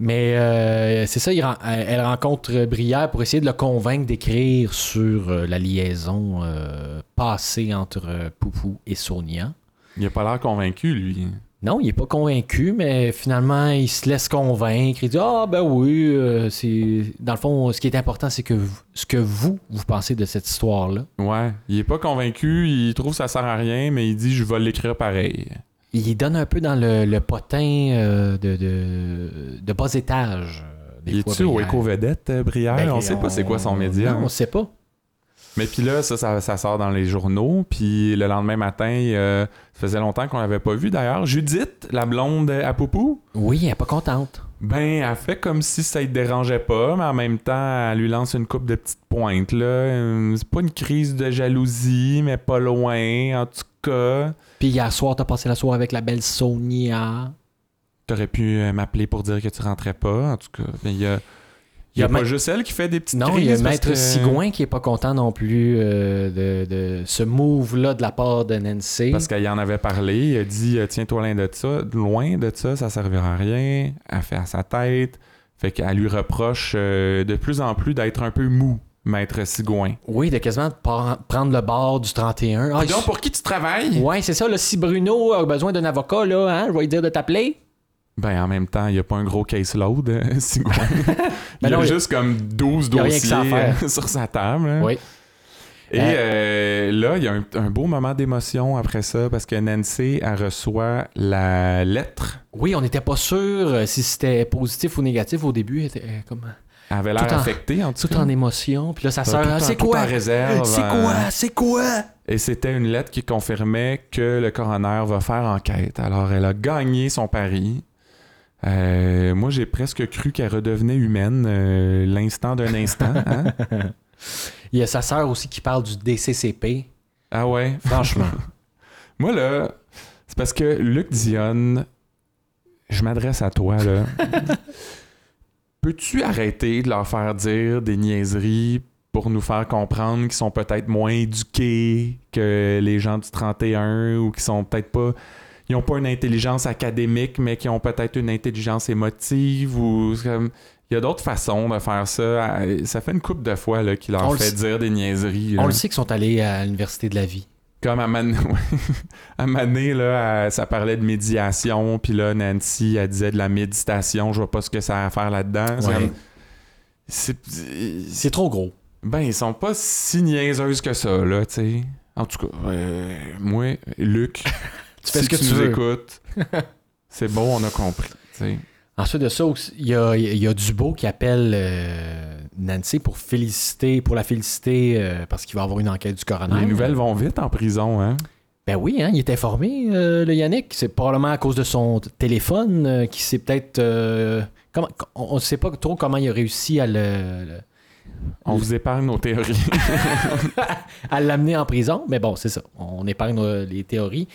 S2: Mais euh, c'est ça, il ren- elle elle rencontre Brière pour essayer de le convaincre d'écrire sur euh, la liaison euh, passée entre euh, Poupou et Sonia.
S1: Il a pas l'air convaincu, lui.
S2: Non, il est pas convaincu, mais finalement, il se laisse convaincre. Il dit Ah, ben oui, euh, c'est. Dans le fond, ce qui est important, c'est que vous- ce que vous, vous pensez de cette histoire-là.
S1: Ouais. Il est pas convaincu, il trouve que ça sert à rien, mais il dit je vais l'écrire pareil.
S2: Il donne un peu dans le, le potin euh, de, de, de bas étage. euh, des
S1: Il
S2: fois,
S1: est-tu au
S2: Brière.
S1: éco-vedette, euh, Brière?
S2: Ben,
S1: on sait pas c'est quoi son média. hein.
S2: Non, on sait pas.
S1: Mais puis là, ça, ça, ça sort dans les journaux. Puis le lendemain matin, euh, ça faisait longtemps qu'on l'avait pas vu d'ailleurs. Judith, la blonde à Poupou,
S2: Oui, elle est pas contente.
S1: ben, elle fait comme si ça ne dérangeait pas, mais en même temps, elle lui lance une coupe de petites pointes. Là. Euh, C'est pas une crise de jalousie, mais pas loin. En tout cas,
S2: Puis hier soir, t'as passé la soirée avec la belle Sonia.
S1: t'aurais pu euh, m'appeler pour dire que tu rentrais pas. En tout cas, ben, il y a. Il
S2: Il y
S1: n'y
S2: a
S1: a, pas
S2: ma-
S1: juste elle qui fait des petites
S2: Non,
S1: crises.
S2: il y a
S1: parce
S2: Maître
S1: que-
S2: Sigouin qui est pas content non plus euh, de, de ce move-là de la part de Nancy.
S1: Parce qu'elle y en avait parlé. Il a dit euh, Tiens-toi loin de ça, loin de ça, ça servira à rien. Elle fait à sa tête. Fait qu'elle lui reproche euh, de plus en plus d'être un peu mou, Maître Sigouin.
S2: Oui, de quasiment par- prendre le bord du 31. Ah,
S1: Donc,
S2: il-
S1: pour qui tu travailles
S2: Ouais, c'est ça. Là, si Bruno a besoin d'un avocat, là, hein, je vais lui dire de t'appeler.
S1: Ben, en même temps, il n'y a pas un gros caseload, euh, Sigouin. il
S2: Ben
S1: y a
S2: non, il-
S1: juste comme 12
S2: il y a rien que
S1: dossiers
S2: ça à faire.
S1: euh, sur sa table. hein.
S2: Oui.
S1: Et euh, là, il y a un, un beau moment d'émotion après ça parce que Nancy, elle reçoit la lettre.
S2: Oui, on n'était pas sûr euh, si c'était positif ou négatif au début. Elle était, euh, comme,
S1: Elle avait l'air
S2: Tout en-
S1: affectée, en tout
S2: tout
S1: cas. Euh,
S2: en émotion. Puis là, sa
S1: Tout
S2: sœur,
S1: en-
S2: ah, c'est
S1: tout en
S2: quoi?
S1: réserve,
S2: C'est
S1: euh,
S2: quoi? C'est quoi?
S1: Et c'était une lettre qui confirmait que le coroner va faire enquête. Alors, elle a gagné son pari. Euh, moi, j'ai presque cru qu'elle redevenait humaine euh, l'instant d'un instant. hein?
S2: Il y a sa sœur aussi qui parle du DCCP.
S1: Ah ouais.
S2: Franchement.
S1: Moi, là, c'est parce que Luc Dionne, je m'adresse à toi, là. Peux-tu arrêter de leur faire dire des niaiseries pour nous faire comprendre qu'ils sont peut-être moins éduqués que les gens du 31 ou qui sont peut-être pas. Ils n'ont pas une intelligence académique, mais qui ont peut-être une intelligence émotive ou. c'est comme- Il y a d'autres façons de faire ça. Ça fait une couple de fois là, qu'il leur
S2: On le
S1: fait
S2: sait-
S1: dire des niaiseries. là.
S2: on le sait qu'ils sont allés à l'Université de la vie.
S1: Comme à Mané, à Mané, là, elle- ça parlait de médiation, puis là, Nancy, elle disait de la méditation, je vois pas ce que ça a à faire là-dedans. C'est
S2: Ouais.
S1: comme- C'est...
S2: C'est trop gros.
S1: Ben, ils sont pas si niaiseuses que ça, là, tu sais. En tout cas, euh, moi, Luc,
S2: Tu fais
S1: si
S2: ce que
S1: tu,
S2: tu
S1: nous
S2: veux.
S1: écoutes, c'est bon, on a compris, tu sais.
S2: Ensuite de ça, aussi, il y a, il y a Dubo qui appelle euh, Nancy pour féliciter, pour la féliciter euh, parce qu'il va avoir une enquête du coroner.
S1: Les nouvelles vont vite en prison, hein?
S2: Ben oui, hein, il est informé, euh, le Yannick. C'est probablement à cause de son t- téléphone euh, qui s'est peut-être. euh, comment- on ne sait pas trop comment il a réussi à le, le-
S1: On vous épargne nos théories.
S2: à l'amener en prison. Mais bon, c'est ça. On épargne euh, les théories.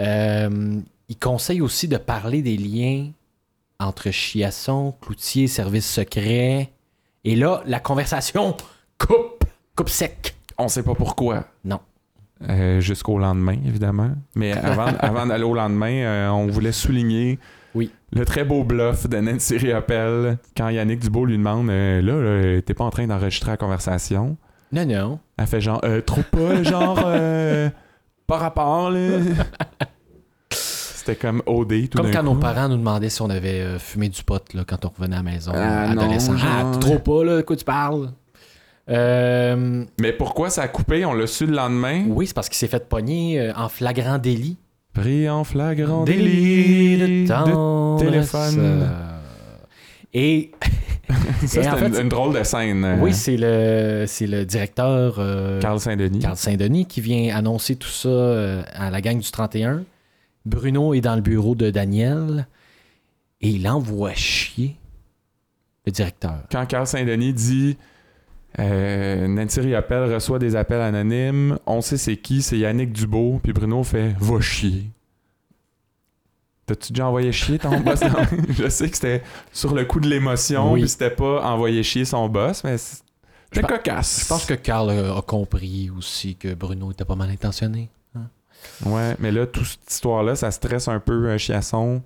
S2: Euh, il conseille aussi de parler des liens entre Chiasson, Cloutier, service secret. Et là, la conversation coupe, coupe sec.
S1: on sait pas pourquoi.
S2: Non.
S1: Euh, Jusqu'au lendemain, évidemment. Mais avant, avant d'aller au lendemain, euh, on voulait souligner
S2: Oui.
S1: le très beau bluff de Nancy Riappel quand Yannick Dubois lui demande euh, Là, là, t'es pas en train d'enregistrer la conversation.
S2: Non, non.
S1: Elle fait genre Euh, Trop pas, genre euh, Par rapport, là. C'était comme OD tout
S2: Comme
S1: d'un
S2: quand
S1: coup.
S2: nos parents nous demandaient si on avait euh, fumé du pot là, quand on revenait à la maison,
S1: Ah, non,
S2: adolescent. Ah,
S1: genre.
S2: trop pas, là, de quoi tu parles? Euh,
S1: Mais pourquoi ça a coupé On l'a su le lendemain.
S2: oui, c'est parce qu'il s'est fait pogner euh, en flagrant délit.
S1: Pris en flagrant
S2: Délit
S1: délit. de-
S2: tendresse.
S1: téléphone.
S2: Euh, Et
S1: Ça, c'était
S2: en
S1: une,
S2: fait,
S1: une drôle de scène. euh,
S2: oui, c'est le, c'est le directeur euh,
S1: Carl Saint-Denis.
S2: Carl Saint-Denis qui vient annoncer tout ça euh, à la gang du 31. Bruno est dans le bureau de Daniel et il envoie chier le directeur.
S1: quand Carl Saint-Denis dit euh, Nancy Riappel reçoit des appels anonymes, on sait c'est qui, c'est Yannick Dubo, puis Bruno fait Va chier. T'as-tu déjà envoyé chier ton boss? Non. Je sais que c'était sur le coup de l'émotion,
S2: Oui.
S1: puis c'était pas envoyer chier son boss, mais c'est-
S2: Je
S1: c'était
S2: pe-
S1: cocasse.
S2: Je pense que Carl a, a compris aussi que Bruno était pas mal intentionné.
S1: Ouais, mais là, toute cette histoire-là, ça stresse un peu euh, Chiasson.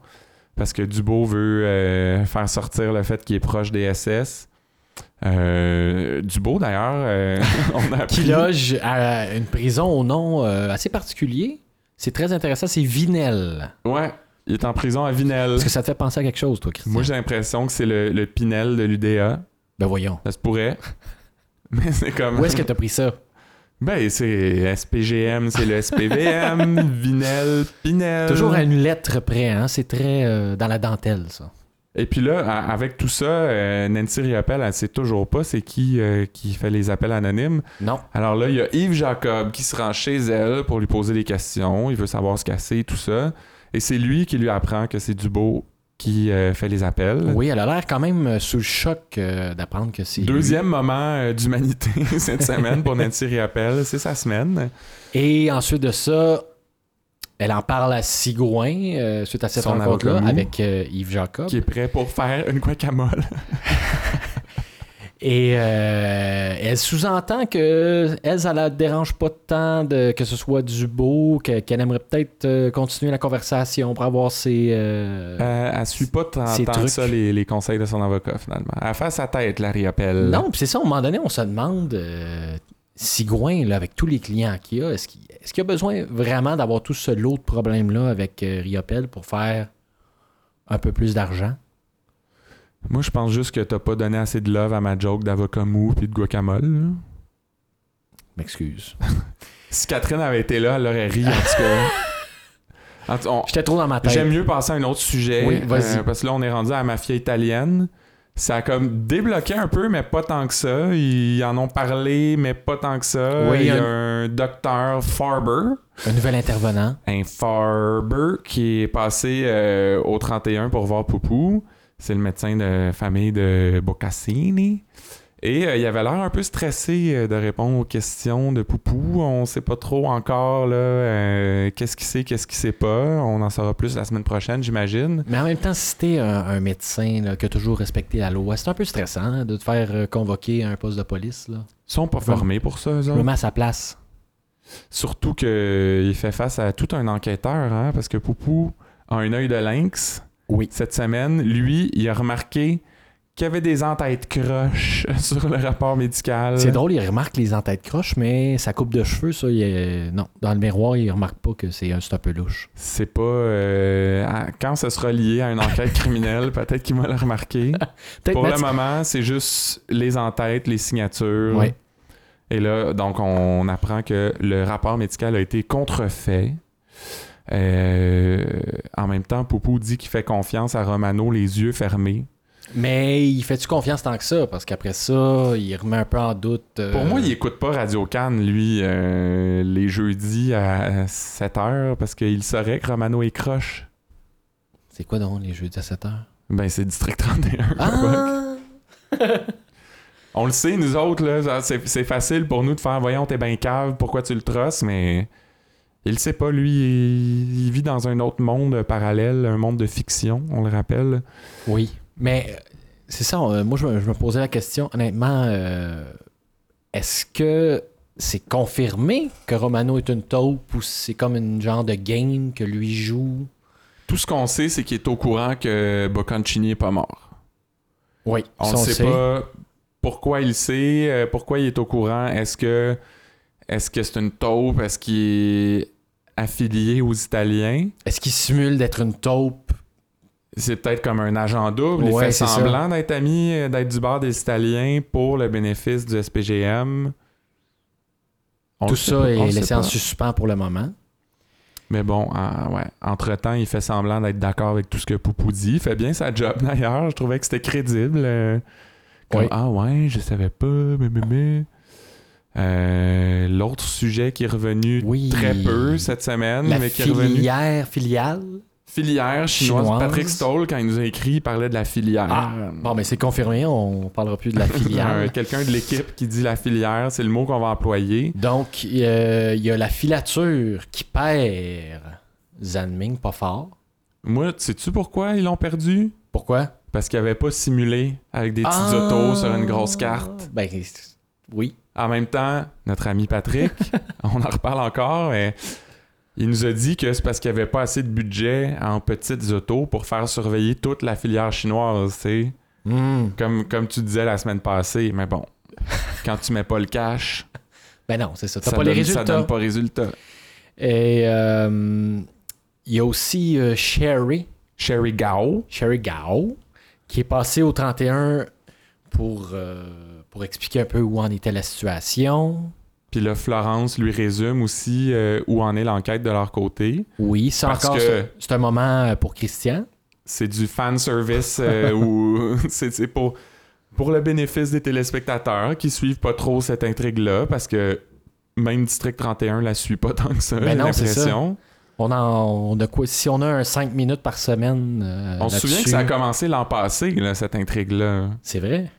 S1: parce que Dubo veut euh, faire sortir le fait qu'il est proche des SS. Euh, Dubo, d'ailleurs, euh, on a
S2: Qui
S1: appris-
S2: loge à une prison au nom euh, assez particulier. C'est très intéressant, c'est Vinel.
S1: Ouais, il est en prison à Vinel.
S2: Est-ce que ça te fait penser à quelque chose, toi, Christian?
S1: Moi, j'ai l'impression que c'est le, le Pinel de l'UDA.
S2: Ben voyons.
S1: Ça se pourrait. Mais c'est comme.
S2: Où est-ce que t'as pris ça?
S1: Ben, c'est SPGM, c'est le SPVM, Vinel, Pinel.
S2: Toujours à une lettre près, hein? C'est très euh, dans la dentelle, ça.
S1: Et puis là, a- avec tout ça, euh, Nancy Riopelle, elle sait toujours pas c'est qui euh, qui fait les appels anonymes.
S2: Non.
S1: Alors là, il y a Yves Jacob qui se rend chez elle pour lui poser des questions. Il veut savoir ce qu'elle sait, tout ça. Et c'est lui qui lui apprend que c'est Dubo qui euh, fait les appels.
S2: Oui, elle a l'air quand même euh, sous le choc euh, d'apprendre que c'est.
S1: Deuxième moment euh, d'humanité cette semaine pour Nancy Riopelle. C'est sa semaine. euh,
S2: Et ensuite de ça, elle en parle à Sigouin euh, suite à cette
S1: Son
S2: rencontre-là
S1: avocat mou.
S2: avec euh, Yves Jacob.
S1: Qui est prêt pour faire une guacamole.
S2: Et euh, elle sous-entend que elle, ça la dérange pas tant de, que ce soit du beau, que- qu'elle aimerait peut-être euh, continuer la conversation pour avoir ses. euh,
S1: Euh, elle suit pas tant,
S2: Ces
S1: tant que
S2: trucs.
S1: ça les, les conseils de son avocat, finalement. Elle fait sa tête, la Riopelle.
S2: Non, puis c'est ça, à un moment donné, on se demande euh, Sigouin, là, avec tous les clients qu'il a, est-ce qu'il est-ce qu'il a besoin vraiment d'avoir tout ce lot de problèmes-là avec euh, Riopel pour faire un peu plus d'argent?
S1: Moi, je pense juste que t'as pas donné assez de love à ma joke d'avocat mou puis de guacamole. là.
S2: M'excuse.
S1: Si Catherine avait été là, elle aurait ri, en tout cas. En tout- on-
S2: J'étais trop dans ma tête.
S1: J'aime mieux passer à un autre sujet. euh,
S2: Oui, vas-y.
S1: parce que là, on est rendu à la mafia italienne. Ça a comme débloqué un peu, mais pas tant que ça. Ils en ont parlé, mais pas tant que ça.
S2: Oui,
S1: Il y a
S2: un-
S1: un docteur Farber.
S2: Un nouvel intervenant.
S1: un Farber qui est passé euh, au 31 pour voir Poupou. C'est le médecin de famille de Boccassini. Et euh, il avait l'air un peu stressé euh, de répondre aux questions de Poupou. On sait pas trop encore là, euh, qu'est-ce qu'il sait, qu'est-ce qu'il sait pas. On en saura plus la semaine prochaine, j'imagine.
S2: Mais en même temps, si t'es un, un médecin là, qui a toujours respecté la loi, c'est un peu stressant hein, de te faire euh, convoquer à un poste de police. Là.
S1: Ils sont pas formés pour ça, eux autres.
S2: Vraiment à sa place.
S1: Surtout qu'il fait face à tout un enquêteur, hein, parce que Poupou a un œil de lynx.
S2: Oui.
S1: Cette semaine, lui, il a remarqué qu'il y avait des entêtes croches sur le rapport médical.
S2: C'est drôle, il remarque les entêtes croches, mais sa coupe de cheveux, ça, il est... non, dans le miroir, il remarque pas que c'est un, c'est un peu louche.
S1: C'est pas. euh, à- quand ce sera lié à une enquête criminelle, peut-être qu'il va le remarquer.
S2: Peut-être
S1: Pour le
S2: Mathi-
S1: moment, c'est juste les entêtes, les signatures.
S2: Ouais.
S1: Et là, donc, on apprend que le rapport médical a été contrefait. Euh, en même temps, Poupou dit qu'il fait confiance à Romano les yeux fermés.
S2: Mais il fait-tu confiance tant que ça? Parce qu'après ça, il remet un peu en doute. euh,
S1: Pour moi, il écoute pas Radio Cannes, lui, euh, les jeudis à 7h, parce qu'il saurait que Romano est croche.
S2: C'est quoi donc les jeudis à 7 heures?
S1: Ben, c'est District 31.
S2: Ah!
S1: On le sait, nous autres, là, genre, c'est c'est facile pour nous de faire Voyons, t'es ben cave, pourquoi tu le trosses, mais il le sait pas, lui. Il, il vit dans un autre monde euh, parallèle, un monde de fiction, on le rappelle.
S2: Oui. Mais euh, c'est ça, euh, moi je me, je me posais la question, honnêtement, euh, est-ce que c'est confirmé que Romano est une taupe ou c'est comme une genre de game que lui joue?
S1: Tout ce qu'on sait, c'est qu'il est au courant que Bocconcini est pas mort.
S2: Oui,
S1: On ne sait, pas pourquoi il sait, euh, pourquoi il est au courant. Est-ce que est-ce que c'est une taupe? Est-ce qu'il est affilié aux Italiens?
S2: Est-ce qu'il simule d'être une taupe?
S1: C'est peut-être comme un agent double. il
S2: Ouais,
S1: fait
S2: c'est ça.
S1: semblant d'être ami, euh, d'être du bord des Italiens pour le bénéfice du SPGM. On
S2: Tout
S1: le sait
S2: ça
S1: pas, on
S2: est
S1: le sait
S2: laissé
S1: pas.
S2: en suspens pour le moment.
S1: Mais bon, en- ouais. entre-temps, il fait semblant d'être d'accord avec tout ce que Poupou dit. Il fait bien sa job, d'ailleurs. Je trouvais que c'était crédible. euh, comme,
S2: Oui.
S1: Ah ouais, je savais pas, mais, mais, mais. Euh, L'autre sujet qui est revenu
S2: Oui.
S1: très peu cette semaine,
S2: La
S1: mais qui est revenu...
S2: filière, filiale?
S1: Filière chinoise.
S2: Chinoise.
S1: Patrick Stoll, quand il nous a écrit, il parlait de la filière.
S2: Ah, bon, mais c'est confirmé, on parlera plus de la
S1: Euh,
S2: filière.
S1: Quelqu'un de l'équipe qui dit la filière, c'est le mot qu'on va employer.
S2: Donc, euh, il y a la filature qui perd Zanming pas fort.
S1: Moi, sais-tu pourquoi ils l'ont perdu?
S2: Pourquoi?
S1: Parce qu'il avait pas simulé avec des petites
S2: Ah.
S1: autos sur une grosse carte.
S2: Ben, c'est- oui.
S1: En même temps, notre ami Patrick, on en reparle encore, mais Il nous a dit que c'est parce qu'il n'y avait pas assez de budget en petites autos pour faire surveiller toute la filière chinoise, tu sais.
S2: Hmm.
S1: Comme, comme tu disais la semaine passée, mais bon, quand tu mets pas le cash,
S2: Ben non, c'est ça. T'as
S1: ça,
S2: pas les
S1: donne, ça
S2: résultats.
S1: donne pas résultat.
S2: Et euh, il y a aussi euh, Sherry,
S1: Sherry Gao,
S2: Sherry Gao, qui est passé au 31 pour, euh, pour expliquer un peu où en était la situation.
S1: puis là, Florence lui résume aussi euh, où en est l'enquête de leur côté.
S2: Oui, ça
S1: Parce
S2: encore,
S1: que-
S2: c'est- c'est un moment euh, pour Christian.
S1: C'est du fan service euh, où c'est c'est pour, pour le bénéfice des téléspectateurs qui suivent pas trop cette intrigue-là parce que même District 31 la suit pas tant que ça,
S2: Ben
S1: j'ai
S2: non, c'est ça.
S1: l'impression.
S2: On a, on a quoi, si on a un 5 minutes par semaine. euh,
S1: On se souvient
S2: là-dessus,
S1: que ça a commencé l'an passé, là, cette intrigue-là.
S2: C'est vrai.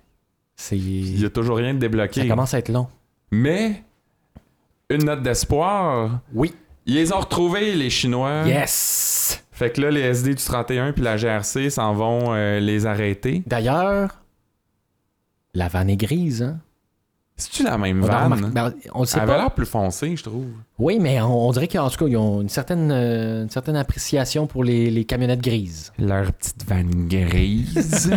S2: C'est,
S1: Il y a toujours rien de
S2: ça
S1: débloqué.
S2: commence à être long.
S1: Mais, une note d'espoir,
S2: Oui.
S1: ils les ont retrouvés, les Chinois.
S2: Yes!
S1: Fait que là, les SD du 31 puis la GRC s'en vont euh, les arrêter.
S2: D'ailleurs, la vanne est grise. Hein?
S1: C'est-tu la même
S2: On a
S1: vanne? hein? Ah,
S2: remarqué- ben, on le sait
S1: Elle avait
S2: pas.
S1: l'air plus foncée, je trouve.
S2: Oui, mais on, on dirait qu'en tout cas, ils ont une certaine, euh, une certaine appréciation pour les, les camionnettes grises.
S1: Leur petite vanne grise.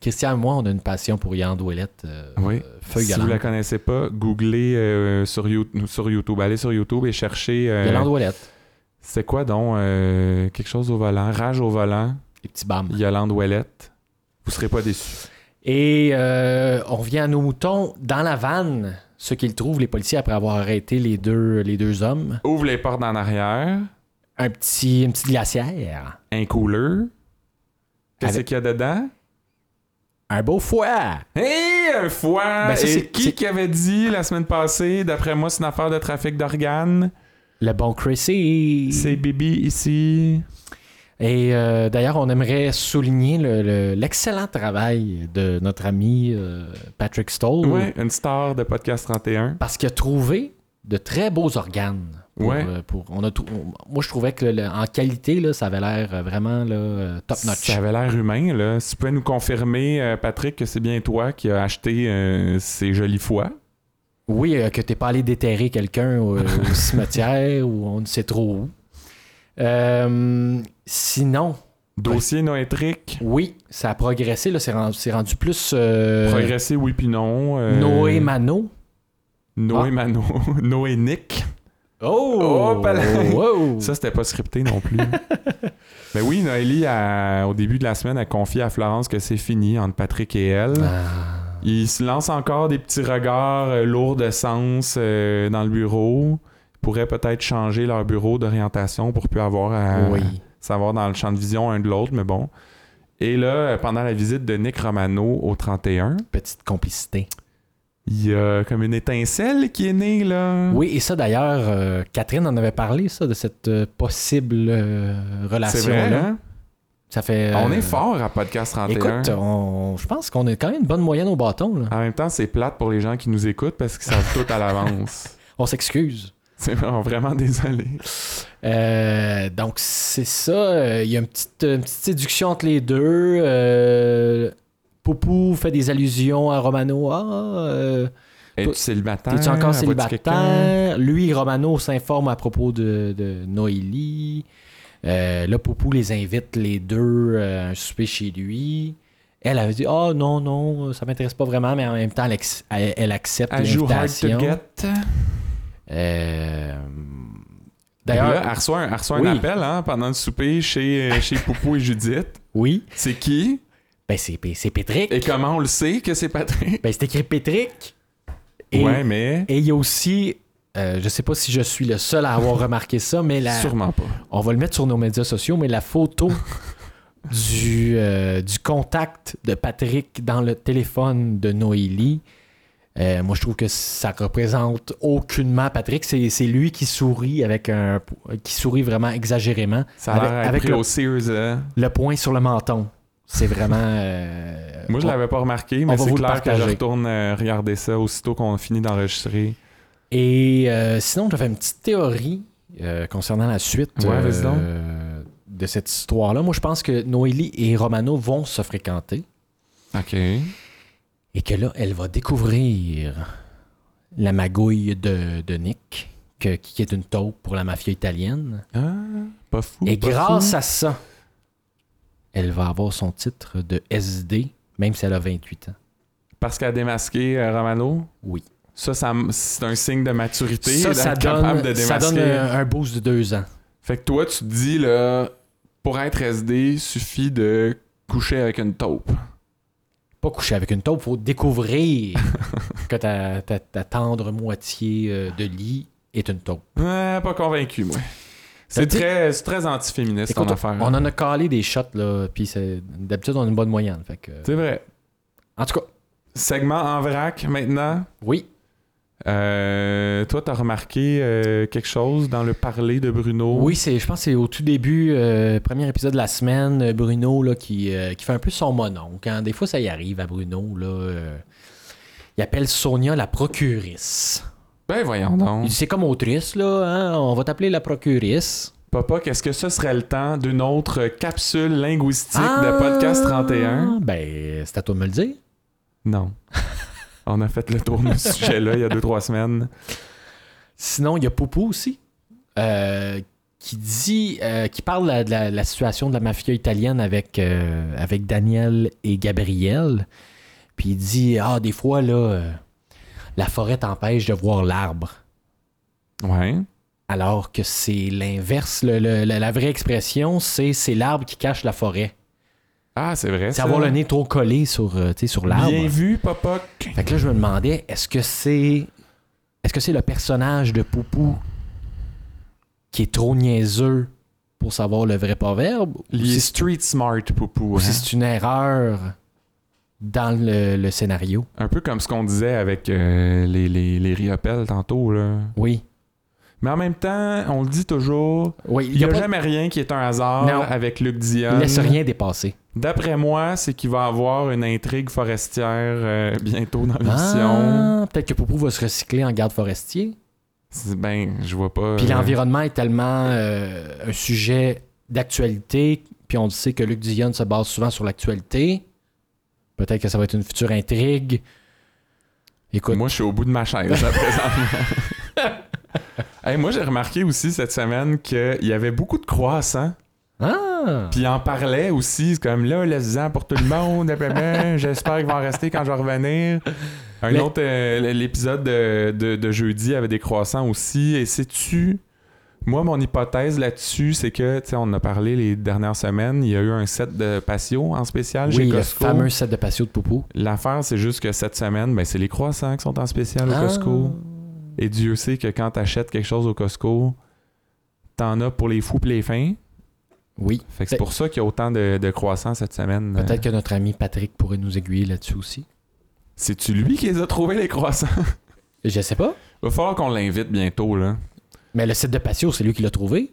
S2: Christian et moi, on a une passion pour Yann Douellette. euh,
S1: oui.
S2: euh, feuille
S1: Si vous
S2: galante.
S1: la connaissez pas, googlez euh, sur, You- sur YouTube. Allez sur YouTube et cherchez... euh,
S2: Yolande Ouellette,
S1: C'est quoi donc? euh, quelque chose au volant. Rage au volant.
S2: les petits bams.
S1: Yolande Ouellette. Vous serez pas déçus.
S2: Et euh, on revient à nos moutons. Dans la vanne, ce qu'ils trouvent, les policiers, après avoir arrêté les deux, les deux hommes,
S1: Ouvre les portes en arrière.
S2: un petit, une petite glacière,
S1: un cooler. Qu'est-ce
S2: Avec-
S1: qu'il y a dedans?
S2: un beau foie.
S1: Hé, un foie!
S2: Ben ça, c'est-
S1: Et
S2: c'est-
S1: qui qui avait dit la semaine passée, d'après moi, c'est une affaire de trafic d'organes?
S2: Le bon Chrissy.
S1: C'est Bibi ici.
S2: Et euh, d'ailleurs, on aimerait souligner le- le- l'excellent travail de notre ami euh, Patrick Stoll.
S1: Ouais, une star de Podcast 31.
S2: Parce qu'il a trouvé de très beaux organes. Pour,
S1: Ouais.
S2: euh, pour- on a trou- on- moi, je trouvais que le- le- en qualité, là, ça avait l'air euh, vraiment là, euh, top notch.
S1: Ça avait l'air humain, là. Si tu pouvais nous confirmer, euh, Patrick, que c'est bien toi qui as acheté euh, ces jolis foies.
S2: Oui, euh, que t'es pas allé déterrer quelqu'un au, au cimetière ou on ne sait trop où. Euh, sinon,
S1: Dossier noétrique.
S2: oui, ça a progressé. là, C'est rendu, c'est rendu plus euh,
S1: Progressé, oui puis non. euh,
S2: Noé Mano.
S1: Noé
S2: Ah.
S1: Mano. Noé Nick.
S2: Oh!
S1: Oh, pas là.
S2: wow.
S1: Ça, c'était pas scripté non plus. Mais oui, Noélie, a- au début de la semaine, a confié à Florence que c'est fini entre Patrick et elle.
S2: Ah,
S1: Ils se lancent encore des petits regards euh, lourds de sens euh, dans le bureau. Ils pourraient peut-être changer leur bureau d'orientation pour plus avoir à
S2: oui.
S1: savoir dans le champ de vision un de l'autre, mais bon. Et là, euh, pendant la visite de Nick Romano au 31,
S2: Petite complicité.
S1: il y a comme une étincelle qui est née, là.
S2: Oui, et ça d'ailleurs, euh, Catherine en avait parlé, ça, de cette euh, possible euh,
S1: c'est vrai,
S2: relation-là.
S1: hein?
S2: Ça fait. euh,
S1: On est fort à Podcast 31.
S2: Écoute, euh, on- je pense qu'on a quand même une bonne moyenne au bâton. Là.
S1: En même temps, c'est plate pour les gens qui nous écoutent parce qu'ils savent tout à l'avance.
S2: On s'excuse.
S1: C'est vraiment, vraiment désolé.
S2: Euh, donc, c'est ça. euh, Il y a une petite, une petite séduction entre les deux. Euh, Poupou fait des allusions à Romano. Ah, euh,
S1: Es-tu célibataire?
S2: t'es-tu encore
S1: Vois-tu quelqu'un?
S2: célibataire? Lui, Romano s'informe à propos de, de Noélie. Euh, là, Poupou les invite les deux euh, à un souper chez lui. Elle avait dit Ah non, non, ça m'intéresse pas vraiment, mais en même temps, elle, ex- elle- elle accepte
S1: Elle joue Hard
S2: l'invitation.
S1: to Get.
S2: Euh,
S1: D'ailleurs,
S2: D'ailleurs,
S1: elle reçoit un, elle reçoit
S2: Oui.
S1: un appel hein, pendant le souper chez, euh, chez Poupou et Judith.
S2: oui,
S1: C'est qui?
S2: ben c'est c'est Patrick.
S1: Et comment on le sait que c'est Patrick?
S2: Ben, c'est écrit Patrick. Et et il
S1: Ouais, mais
S2: y a aussi, euh, je sais pas si je suis le seul à avoir remarqué ça, mais la,
S1: sûrement pas.
S2: on va le mettre sur nos médias sociaux, mais la photo du, euh, du contact de Patrick dans le téléphone de Noélie, euh, moi je trouve que ça représente aucunement Patrick. C'est c'est lui qui sourit avec un. qui sourit vraiment exagérément.
S1: Ça a l'air
S2: Avec-
S1: d'être
S2: avec
S1: pris
S2: le-
S1: au Sears. hein.
S2: Le point sur le menton. C'est vraiment. euh,
S1: Moi, je l'avais pas remarqué,
S2: on
S1: mais
S2: va
S1: c'est
S2: vous le
S1: clair que je
S2: partager.
S1: retourne euh, regarder ça aussitôt qu'on finit d'enregistrer.
S2: Et euh, sinon, j'avais une petite théorie euh, concernant la suite
S1: Ouais,
S2: euh,
S1: vas-y donc.
S2: de cette histoire-là. Moi, je pense que Noélie et Romano vont se fréquenter
S1: OK.
S2: et que là, elle va découvrir la magouille de, de Nick que- qui est une taupe pour la mafia italienne.
S1: Ah, pas fou.
S2: Et
S1: pas
S2: grâce
S1: fou.
S2: à ça, elle va avoir son titre de SD, même si elle a 28 ans.
S1: Parce qu'à démasquer euh, Romano,
S2: Oui.
S1: ça, ça m- c'est un signe de maturité.
S2: Ça,
S1: d'être
S2: ça
S1: capable
S2: donne,
S1: de
S2: ça
S1: démasquer.
S2: donne un, un boost de deux ans.
S1: Fait que toi, tu te dis, là, pour être SD, suffit de coucher avec une taupe.
S2: Pas coucher avec une taupe, faut découvrir que ta, ta- ta tendre moitié euh, de lit est une taupe.
S1: Ah, pas convaincu, moi.
S2: Fait
S1: C'est
S2: que tu-
S1: très, c'est très antiféministe, ton
S2: Ben, Écoute,
S1: affaire. hein.
S2: on en a calé des shots, là, puis c'est- d'habitude, on a une bonne moyenne. Fait que, euh.
S1: C'est vrai.
S2: en tout cas,
S1: Segment en vrac, maintenant.
S2: oui,
S1: Euh, toi, t'as remarqué euh, quelque chose dans le parler de Bruno?
S2: Oui, c'est, je pense que c'est au tout début, euh, premier épisode de la semaine, euh, Bruno là, qui, euh, qui fait un peu son monon. Quand des fois ça y arrive à Bruno, là, euh, il appelle Sonia la procuriste.
S1: Ben voyons
S2: Il
S1: donc.
S2: dit c'est comme autrice, là, hein, on va t'appeler la procuriste.
S1: Papa, qu'est-ce que ce serait le temps d'une autre capsule linguistique de
S2: Ah,
S1: Podcast 31?
S2: Ben, c'est à toi de me le dire.
S1: Non. On a fait le tour de ce sujet-là il y a deux, trois semaines.
S2: Sinon, il y a Poupou aussi, euh, qui dit, euh, qui parle de la, de la- de la situation de la mafia italienne avec, euh, avec Daniel et Gabriel. Puis il dit Ah, des fois, là, euh, la forêt t'empêche de voir l'arbre.
S1: Ouais.
S2: Alors que c'est l'inverse. Le- le- la, la vraie expression, c'est c'est l'arbre qui cache la forêt.
S1: Ah, c'est vrai.
S2: C'est
S1: ça.
S2: avoir le nez trop collé sur, euh, tu sais, sur l'arbre.
S1: Bien vu, Papa.
S2: Fait que là, je me demandais, est-ce que c'est. Est-ce que c'est le personnage de Poupou qui est trop niaiseux pour savoir le vrai proverbe? Ou
S1: Il est
S2: si,
S1: street smart, Poupou.
S2: ou
S1: hein.
S2: si c'est une erreur dans le, le scénario?
S1: Un peu comme ce qu'on disait avec euh, les, les, les Riopelle tantôt. Là.
S2: Oui.
S1: Mais en même temps, on le dit toujours,
S2: Oui,
S1: il n'y a,
S2: pas-
S1: jamais rien qui est un hasard
S2: Non.
S1: avec Luc Dion.
S2: il laisse rien dépasser.
S1: D'après moi, c'est qu'il va avoir une intrigue forestière euh, bientôt dans l'émission.
S2: Ah, peut-être que Poupou va se recycler en garde forestier.
S1: C'est- Ben, je vois pas.
S2: Puis
S1: euh,
S2: l'environnement est tellement euh, un sujet d'actualité, puis on le sait que Luc Dionne se base souvent sur l'actualité. Peut-être que ça va être une future intrigue. Écoute,
S1: Moi, je suis au bout de ma chaise, là, présentement. Hey, moi, j'ai remarqué aussi cette semaine qu'il y avait beaucoup de croissants.
S2: ah,
S1: Puis il en parlait aussi, c'est comme là, laisse-en pour tout le monde, blablabla. j'espère qu'ils vont en rester quand je vais revenir. Un
S2: Mais-
S1: autre, euh, l'épisode de, de- de jeudi avait des croissants aussi, et sais-tu, moi, mon hypothèse là-dessus, c'est que, tu sais, on en a parlé les dernières semaines, il y a eu un set de patio en spécial
S2: oui,
S1: chez
S2: le
S1: Costco.
S2: fameux set de patio de Poupou.
S1: L'affaire, c'est juste que cette semaine, ben, c'est les croissants qui sont en spécial au
S2: Ah.
S1: Costco. Et Dieu sait que quand t'achètes quelque chose au Costco, t'en as pour les fous pis les fins.
S2: Oui,
S1: Fait que c'est
S2: Pe-
S1: pour ça qu'il y a autant de, de croissants cette semaine.
S2: Ben,
S1: euh.
S2: peut-être que notre ami Patrick pourrait nous aiguiller là-dessus aussi.
S1: C'est-tu lui qui les a trouvés, les croissants?
S2: Je sais pas,
S1: Va falloir qu'on l'invite bientôt, là.
S2: mais le set de patio, c'est lui qui l'a trouvé.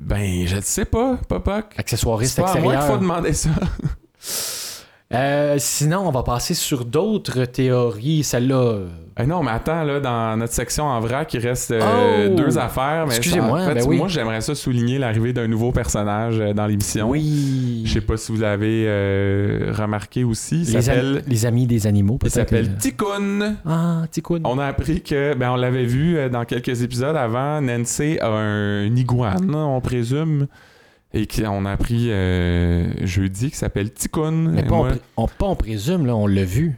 S1: Ben, je ne sais pas, Popoc.
S2: Accessoiriste
S1: C'est pas à moi qu'il faut
S2: extérieur.
S1: demander ça.
S2: Euh, sinon, on va passer sur d'autres théories. Celle-là, euh,
S1: Eh non, mais attends, là, dans notre section en vrac, il reste euh,
S2: Oh!
S1: deux affaires. mais
S2: Excusez-moi,
S1: ça- en fait,
S2: ben oui.
S1: Moi, j'aimerais ça souligner l'arrivée d'un nouveau personnage euh, dans l'émission.
S2: oui.
S1: Je sais pas si vous l'avez euh, remarqué aussi. Il
S2: les, am-
S1: s'appelle...
S2: les amis des animaux,
S1: Il
S2: peut-être.
S1: s'appelle
S2: euh,
S1: Ticoun.
S2: Ah, Ticoun.
S1: On a appris que, ben on l'avait vu euh, dans quelques épisodes avant, Nancy a un une iguane, hein, on présume, et qu'on a appris euh, jeudi qui s'appelle Ticoun.
S2: Mais
S1: Et
S2: pas,
S1: moi-
S2: on, pré- on- pas on présume, là, on l'a vu.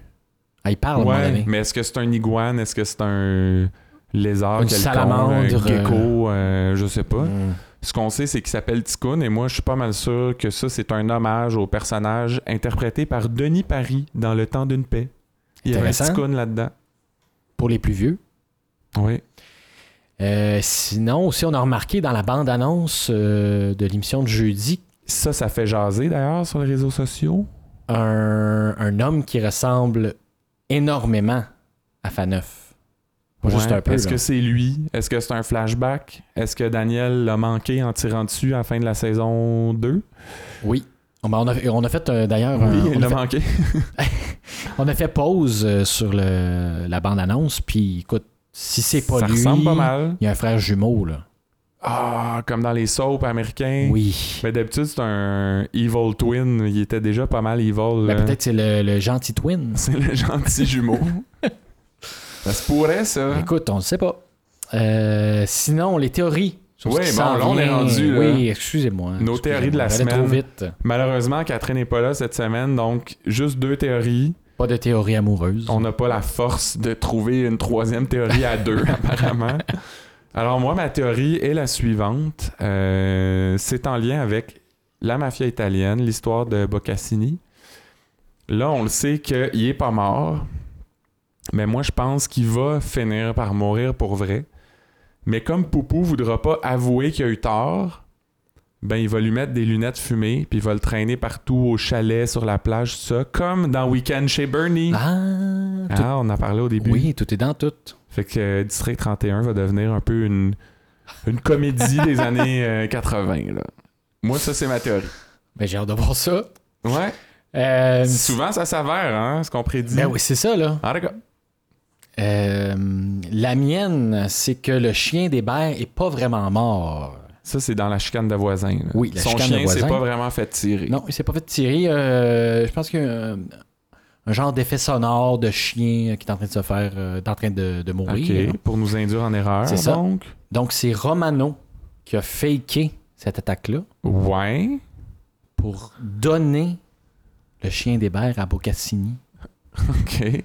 S2: Ah, il parle, à un moment
S1: Ouais,
S2: donné.
S1: mais est-ce que c'est un iguane, est-ce que c'est un lézard,
S2: Une
S1: quelconque,
S2: salamandre,
S1: un gecko, euh, je sais pas.
S2: Mm.
S1: Ce qu'on sait, c'est qu'il s'appelle Ticoun, et moi je suis pas mal sûr que ça c'est un hommage au personnage interprété par Denis Paris dans Le Temps d'une paix. Il y avait
S2: Intéressant.
S1: Ticoun là-dedans.
S2: Pour les plus vieux.
S1: Oui.
S2: Euh, sinon, aussi, on a remarqué dans la bande-annonce euh, de l'émission de jeudi
S1: Ça, ça fait jaser d'ailleurs sur les réseaux sociaux.
S2: un, un homme qui ressemble énormément à Faneuf. Pas juste
S1: Ouais.
S2: un peu.
S1: Est-ce
S2: là.
S1: que c'est lui? Est-ce que c'est un flashback? Est-ce que Daniel l'a manqué en tirant dessus à la fin de la saison 2?
S2: Oui. On, ben, on a, on a fait euh, d'ailleurs. un-
S1: oui,
S2: on,
S1: il
S2: a
S1: l'a
S2: fait-
S1: manqué.
S2: on a fait pause euh, sur le- la bande-annonce. Puis écoute, si c'est pas
S1: ça
S2: lui,
S1: ressemble pas mal.
S2: il y a un frère jumeau. là.
S1: Ah, comme dans les soaps américains.
S2: Oui.
S1: Mais d'habitude, c'est un evil twin. Il était déjà pas mal evil. euh,
S2: Ben,
S1: là.
S2: Peut-être c'est le, le gentil twin.
S1: C'est le gentil jumeau. ça se pourrait, ça.
S2: Écoute, on ne sait pas. Euh, sinon, les théories. sur ce
S1: Oui,
S2: qui
S1: bon,
S2: s'en
S1: là, on est
S2: vient.
S1: rendu, là.
S2: Oui, excusez-moi.
S1: Nos
S2: excusez-moi,
S1: théories de la
S2: j'allais trop
S1: semaine.
S2: vite.
S1: Malheureusement, Catherine n'est pas là cette semaine, donc juste deux théories.
S2: Pas de théorie amoureuse.
S1: On n'a pas la force de trouver une troisième théorie à deux, apparemment. Alors moi, ma théorie est la suivante. Euh, c'est en lien avec la mafia italienne, l'histoire de Boccassini. Là, on le sait qu'il est pas mort, mais moi, je pense qu'il va finir par mourir pour vrai. Mais comme Poupou voudra pas avouer qu'il a eu tort, ben il va lui mettre des lunettes fumées, puis il va le traîner partout au chalet, sur la plage, tout ça, comme dans Weekend chez Bernie.
S2: Ah, tout-
S1: Ah, on en parlait au début.
S2: oui, tout est dans tout.
S1: Fait que euh, District 31 va devenir un peu une, une comédie des années euh, 80. Là. Moi, ça, c'est ma théorie.
S2: Ben, j'ai hâte de voir ça.
S1: Ouais.
S2: Euh,
S1: Souvent, ça s'avère, hein, ce qu'on prédit.
S2: ben oui, c'est ça, là.
S1: En tout cas,
S2: Euh, la mienne, c'est que le chien d'Hébert est pas vraiment mort.
S1: ça, c'est dans la chicane de voisin. là.
S2: Oui, la
S1: Son
S2: chicane de
S1: chien s'est
S2: voisin.
S1: pas vraiment fait tirer.
S2: Non, il s'est pas fait tirer. euh, je pense qu'il y a un, un genre d'effet sonore de chien qui est en train de se faire, euh, en train de, de
S1: OK.
S2: mourir.
S1: Pour nous induire en erreur.
S2: C'est ça.
S1: Donc,
S2: Donc, c'est Romano qui a faké cette attaque-là
S1: ouais.
S2: pour donner le chien d'Hébert à Boccassini.
S1: OK.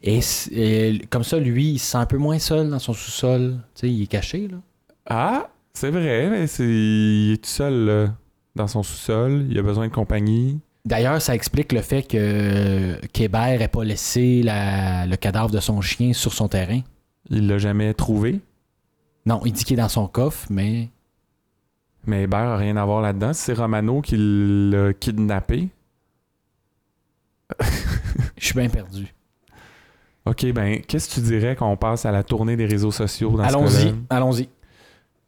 S2: Et, c- et comme ça, lui, il se sent un peu moins seul dans son sous-sol. Tu sais, il est caché, là.
S1: Ah, c'est vrai, mais c'est... il est tout seul là, dans son sous-sol. Il a besoin de compagnie.
S2: D'ailleurs, ça explique le fait que Kébert n'ait pas laissé la- le cadavre de son chien sur son terrain.
S1: Il l'a jamais trouvé.
S2: Non, il dit qu'il est dans son coffre, mais
S1: Mais Hébert a rien à voir là-dedans. C'est Romano qui l'a kidnappé.
S2: je suis bien perdu.
S1: OK, ben, qu'est-ce que tu dirais qu'on passe à la tournée des réseaux sociaux dans ce
S2: Allons-y,
S1: cas-là?
S2: allons-y.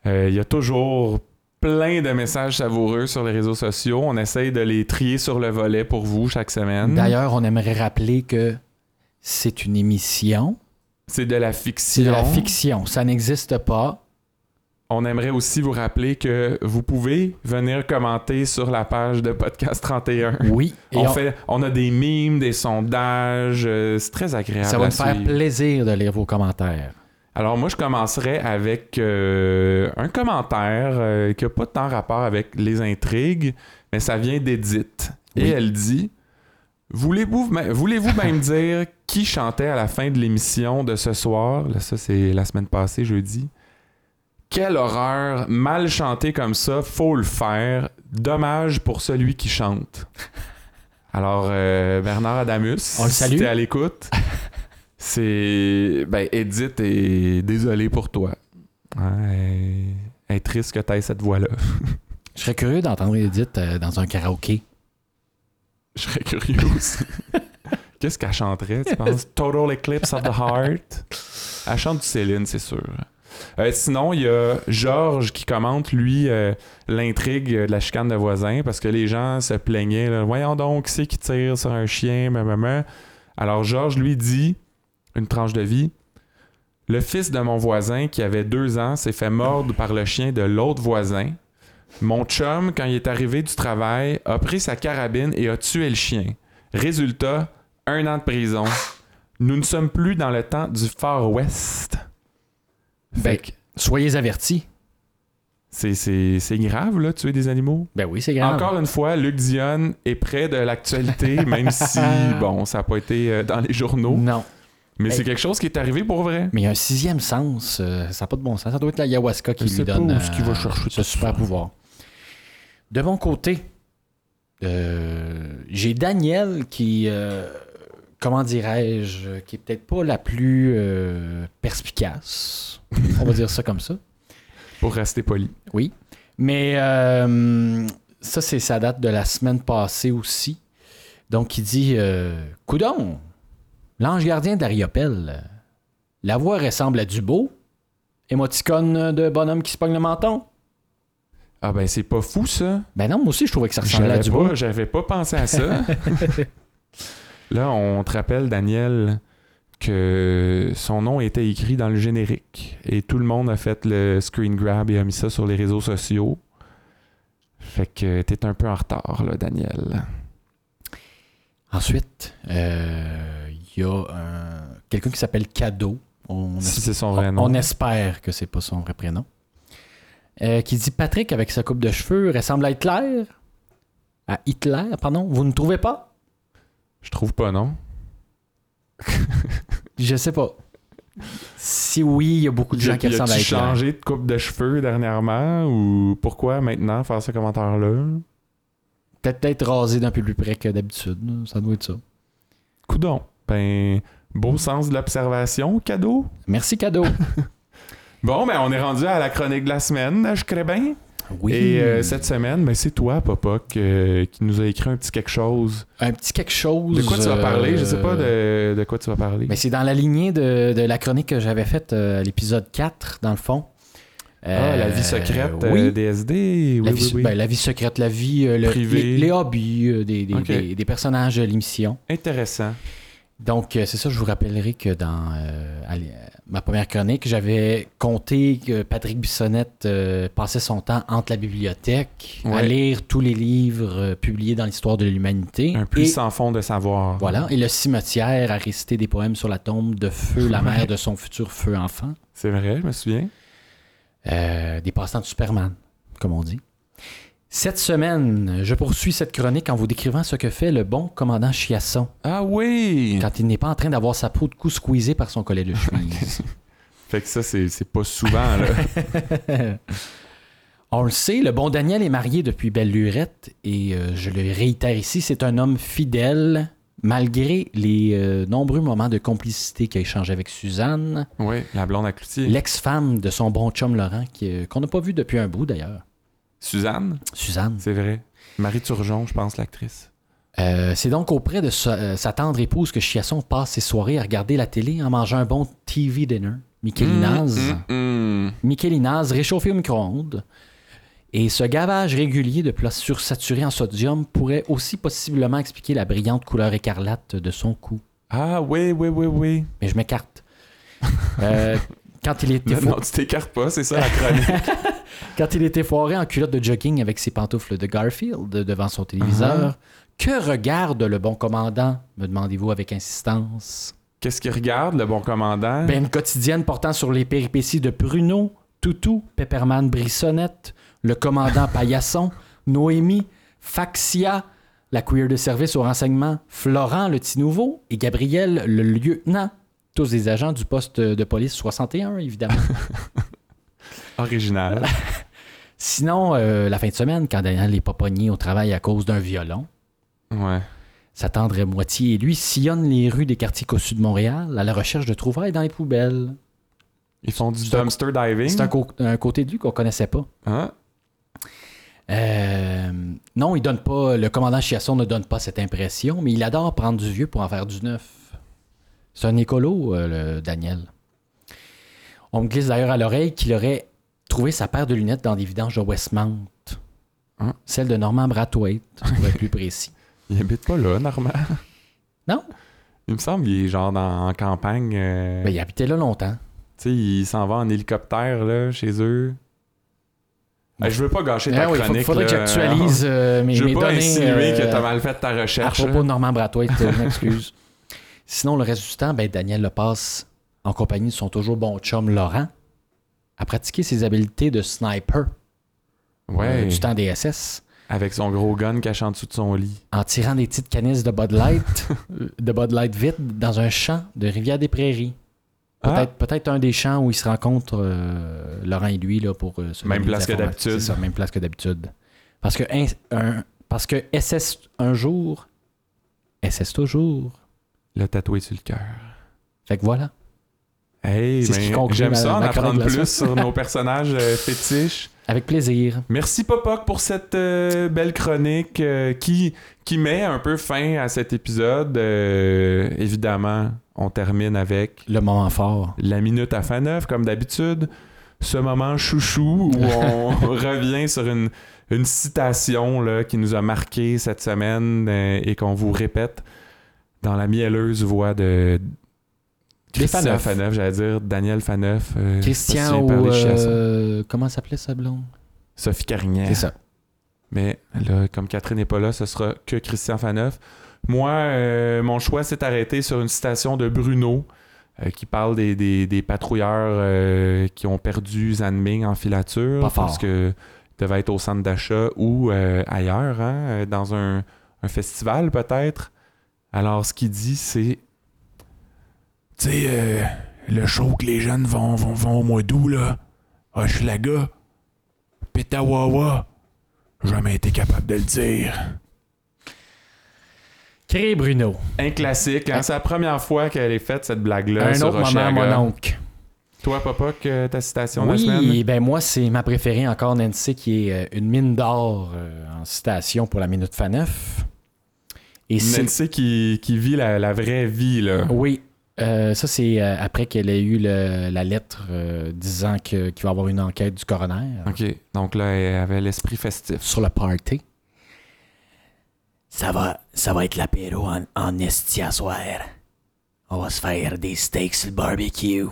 S1: Euh, Il y a toujours plein de messages savoureux sur les réseaux sociaux. On essaye de les trier sur le volet pour vous chaque semaine.
S2: D'ailleurs, on aimerait rappeler que c'est une émission,
S1: c'est de la fiction.
S2: c'est de la fiction, ça n'existe pas.
S1: On aimerait aussi vous rappeler que vous pouvez venir commenter sur la page de Podcast 31.
S2: Oui, et
S1: on,
S2: on-
S1: fait, on a des mimes, des sondages. euh, c'est très agréable.
S2: ça va
S1: à
S2: nous faire
S1: suivre.
S2: plaisir de lire vos commentaires.
S1: Alors moi, je commencerai avec euh, un commentaire euh, qui n'a pas tant rapport avec les intrigues, mais ça vient d'Edith. Et
S2: Oui.
S1: elle dit, voulez-vous me- voulez-vous bien me dire qui chantait à la fin de l'émission de ce soir? Là, ça, c'est la semaine passée, jeudi. Quelle horreur, mal chanté comme ça, faut le faire. Dommage pour celui qui chante. Alors, euh, Bernard Adamus,
S2: On le
S1: si
S2: salue.
S1: t'es à l'écoute, c'est. Ben, Edith est désolé pour toi. Hein, elle- elle est triste que t'aies cette voix-là.
S2: Je serais curieux d'entendre Edith euh, dans un karaoké.
S1: Je serais curieux aussi. Qu'est-ce qu'elle chanterait, tu penses? Total Eclipse of the Heart. Elle chante du Céline, c'est sûr. Euh, sinon, il y a Georges qui commente, lui, euh, l'intrigue de la chicane de voisins parce que les gens se plaignaient. là, Voyons donc, qui c'est qui tire sur un chien, maman. Alors, Georges lui dit, une tranche de vie, le fils de mon voisin qui avait deux ans s'est fait mordre par le chien de l'autre voisin. Mon chum, quand il est arrivé du travail, a pris sa carabine et a tué le chien. Résultat, un an de prison. Nous ne sommes plus dans le temps du Far West.
S2: Ben,
S1: Fait que
S2: Soyez avertis.
S1: c'est- c'est c'est grave, là, tuer des animaux.
S2: Ben oui, c'est grave.
S1: Encore une fois, Luc Dion est près de l'actualité, même si,
S2: Ah.
S1: bon, ça n'a pas été euh, dans les journaux.
S2: Non.
S1: Mais
S2: Hey.
S1: c'est quelque chose qui est arrivé pour vrai.
S2: Mais il y a un sixième sens, euh, ça n'a pas de bon sens. Ça doit être l'ayahuasca qui
S1: Je
S2: lui
S1: sais pas
S2: donne euh,
S1: où ce qu'il va chercher
S2: ce
S1: tout
S2: super
S1: ça.
S2: pouvoir. De mon côté, euh, j'ai Daniel qui, euh, comment dirais-je, qui est peut-être pas la plus euh, perspicace. On va dire ça comme ça.
S1: Pour rester poli.
S2: Oui. Mais euh, ça, c'est sa date de la semaine passée aussi. Donc, il dit euh, Coudon, l'ange gardien d'Ariopel, la voix ressemble à Dubo, émoticône de bonhomme qui se pogne le menton.
S1: Ah ben, c'est pas fou, ça.
S2: Ben non, moi aussi, je trouvais que ça ressemblait à
S1: J'avais
S2: Dubo.
S1: pas, j'avais pas pensé à ça. Là, on te rappelle, Daniel, que son nom était écrit dans le générique. Et tout le monde a fait le screen grab et a mis ça sur les réseaux sociaux. Fait que t'es un peu en retard, là, Daniel.
S2: Ensuite, euh, il y a un- quelqu'un qui s'appelle Cadeau, On,
S1: Si
S2: esp-
S1: c'est son vrai nom.
S2: on espère que c'est pas son vrai prénom. Euh, qui dit Patrick avec sa coupe de cheveux ressemble à Hitler. À Hitler, pardon. Vous ne trouvez pas
S1: Je trouve pas, non?
S2: Je sais pas. Si oui, il y a beaucoup de gens qui
S1: a
S2: ressemblent à
S1: tu
S2: Hitler.
S1: changé de coupe de cheveux dernièrement ou pourquoi maintenant faire ce commentaire-là?
S2: Peut-être être rasé d'un peu plus près que d'habitude. Ça doit être ça.
S1: Coudon. Ben, beau sens de l'observation, cadeau.
S2: Merci, cadeau.
S1: Bon, ben, on est rendu à la chronique de la semaine, je crée bien.
S2: Oui.
S1: Et euh, cette semaine, ben, c'est toi, Popoc, euh, qui nous a écrit un petit quelque chose.
S2: Un petit quelque chose.
S1: De quoi tu vas
S2: euh,
S1: parler? Je sais pas de, de quoi tu vas parler.
S2: Mais c'est dans la lignée de, de la chronique que j'avais faite euh, à l'épisode 4, dans le fond.
S1: ah,
S2: Euh,
S1: la vie secrète euh,
S2: oui.
S1: des SD. Oui,
S2: la, vie,
S1: oui, oui.
S2: ben, la vie secrète, la vie, euh, le-
S1: Privée.
S2: les, les hobbies euh, des, des-
S1: Ok.
S2: des- des personnages de l'émission.
S1: Intéressant.
S2: Donc, euh, c'est ça, je vous rappellerai que dans euh, allez, euh, ma première chronique, j'avais compté que Patrick Bissonnette euh, passait son temps entre la bibliothèque à
S1: Ouais.
S2: lire tous les livres euh, publiés dans l'histoire de l'humanité.
S1: Un
S2: et-
S1: plus sans fond de savoir.
S2: Voilà, et le cimetière a récité des poèmes sur la tombe de Feu, la mère de son futur feu enfant,
S1: C'est vrai, je me souviens.
S2: Euh, des passants de Superman, comme on dit. Cette semaine, je poursuis cette chronique en vous décrivant ce que fait le bon commandant Chiasson
S1: Ah oui!
S2: quand il n'est pas en train d'avoir sa peau de cou squeezée par son collet de chemise.
S1: Fait que ça, c'est c'est pas souvent, là.
S2: On le sait, le bon Daniel est marié depuis belle lurette et euh, je le réitère ici, c'est un homme fidèle malgré les euh, nombreux moments de complicité qu'il a échangé avec Suzanne.
S1: oui, la blonde à Cloutier.
S2: L'ex-femme de son bon chum Laurent, qui, euh, qu'on n'a pas vu depuis un bout d'ailleurs,
S1: Suzanne,
S2: Suzanne.
S1: c'est vrai. Marie Turgeon, je pense, l'actrice.
S2: Euh, c'est donc auprès de sa, euh, sa tendre épouse que Chiasson passe ses soirées à regarder la télé en mangeant un bon TV dinner,
S1: Mmh,
S2: Michelinaz.
S1: Mm, mm, mm.
S2: Michelinaz réchauffé au micro-ondes. Et ce gavage régulier de plats sursaturés en sodium pourrait aussi possiblement expliquer la brillante couleur écarlate de son cou.
S1: Ah oui, oui, oui, oui.
S2: Mais je m'écarte. Euh, quand il était
S1: Non,
S2: fou-
S1: non, tu t'écartes pas, c'est ça la chronique.
S2: Quand il était foiré en culotte de jogging avec ses pantoufles de Garfield devant son
S1: Uh-huh.
S2: téléviseur, que regarde le bon commandant me demandez-vous avec insistance.
S1: Qu'est-ce qu'il regarde, le bon commandant?
S2: Ben, une quotidienne portant sur les péripéties de Pruneau, Toutou, Pepperman Brissonnette, le commandant Paillasson, Noémie, Faxia, la queer de service au renseignement, Florent le petit nouveau et Gabriel le lieutenant. Tous des agents du poste de police 61, évidemment.
S1: Original.
S2: Sinon, euh, la fin de semaine, quand Daniel n'est pas pogné au travail à cause d'un violon, euh,
S1: ouais.
S2: sa tendre est moitié et lui sillonnent les rues des quartiers cossus de Montréal à la recherche de trouvailles dans les poubelles.
S1: Ils font du
S2: C'est un-
S1: dumpster diving.
S2: C'est un, co- un côté de lui qu'on connaissait pas.
S1: Hein?
S2: Euh, non, il donne pas. Le commandant Chiasson ne donne pas cette impression, mais il adore prendre du vieux pour en faire du neuf. C'est un écolo, euh, le Daniel. On me glisse d'ailleurs à l'oreille qu'il aurait trouvé sa paire de lunettes dans des vidanges de Westmount.
S1: Hein?
S2: Celle de Norman Brathwaite, pour être plus précis.
S1: Il habite pas là, Normand.
S2: Non?
S1: Il me semble qu'il est genre dans- en campagne. euh,
S2: Ben, il habitait là longtemps.
S1: Tu sais, il s'en va en hélicoptère, là, chez eux.
S2: Ouais.
S1: Eh, je veux pas gâcher ta
S2: Ah oui, faut-
S1: chronique.
S2: faudrait que
S1: là.
S2: j'actualise euh, mes,
S1: Je veux
S2: mes
S1: pas
S2: données.
S1: insinuer
S2: euh,
S1: que t'as mal fait ta
S2: À
S1: recherche.
S2: propos
S1: là.
S2: de Norman Brathwaite, euh, je m'excuse. Sinon, le reste du temps, ben, Daniel le passe en compagnie de son toujours bon chum Laurent à pratiquer ses habiletés de sniper euh,
S1: Ouais.
S2: du temps des SS
S1: Avec son gros gun caché en dessous de son lit.
S2: en tirant des petites canisses de Bud Light, de Bud Light vide dans un champ de Rivière-des-Prairies.
S1: Ah,
S2: Peut-être peut-être un des champs où ils se rencontrent, euh, Laurent et lui, là, pour euh, se
S1: Même
S2: donner des
S1: place que
S2: informations.
S1: d'habitude.
S2: C'est ça, même place que d'habitude. Parce que, ins- un- parce que SS un jour, SS toujours.
S1: Le tatoué sur le cœur.
S2: Fait que voilà.
S1: Hey,
S2: C'est ce
S1: mais
S2: qui conclut
S1: j'aime
S2: ma-
S1: ça en
S2: ma
S1: apprendre
S2: chronique de la
S1: plus sur nos personnages euh, fétiches.
S2: Avec plaisir.
S1: Merci Popoc pour cette euh, belle chronique euh, qui, qui met un peu fin à cet épisode. Euh, évidemment, on termine avec
S2: Le moment fort.
S1: la minute à fin neuf, comme d'habitude. Ce moment chouchou où on revient sur une, une citation là, qui nous a marqué cette semaine euh, et qu'on vous répète dans la mielleuse voix de
S2: Des
S1: Christian
S2: Faneuf.
S1: Faneuf, j'allais dire Daniel Faneuf. euh, je sais pas si
S2: Christian
S1: j'ai
S2: ou...
S1: parlé de Chiasson.
S2: euh, comment s'appelait sa blonde?
S1: Sophie Carignan.
S2: C'est ça.
S1: Mais là, comme Catherine n'est pas là, ce sera que Christian Faneuf. Moi, euh, mon choix s'est arrêté sur une citation de Bruno euh, qui parle des, des- des patrouilleurs euh, qui ont perdu Zanming en filature
S2: Pas fort.
S1: parce que devait être au centre d'achat ou euh, ailleurs, hein, euh, dans un, un festival peut-être. Alors ce qu'il dit, c'est Tu sais, euh, le show que les jeunes vont, vont, vont au mois d'août, là, Ah, Hochelaga, Petawawa, jamais été capable de le dire.
S2: Cré Bruno.
S1: Un classique, hein, c'est la première fois qu'elle est faite cette blague-là.
S2: un
S1: sur
S2: autre moment,
S1: Hochelaga.
S2: mon oncle.
S1: Toi, Papa, que ta citation de la
S2: Oui,
S1: semaine.
S2: ben moi, c'est ma préférée encore, Nancy, qui est euh, une mine d'or euh, en citation pour la Minute Faneuf. Et c'est.
S1: Nancy qui, qui vit la, la vraie vie, là.
S2: Oui. Euh, ça, c'est euh, après qu'elle ait eu le- la lettre euh, disant que- qu'il va y avoir une enquête du coroner euh,
S1: OK. Donc là, elle avait l'esprit festif.
S2: sur le party. Ça va, ça va être l'apéro en, en esti à soir. On va se faire des steaks sur le barbecue.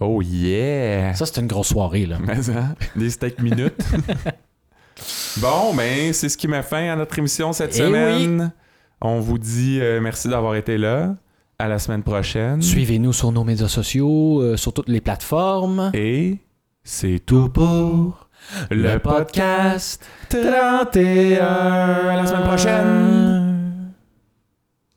S1: Oh yeah!
S2: Ça, c'est une grosse soirée, là.
S1: Mais, hein, Des steaks minutes. bon, ben, c'est ce qui met fin à notre émission cette
S2: Eh
S1: semaine. On vous dit euh, merci d'avoir été là. À la semaine prochaine.
S2: Suivez-nous sur nos médias sociaux, euh, sur toutes les plateformes.
S1: Et c'est tout pour le podcast 31. À la semaine prochaine!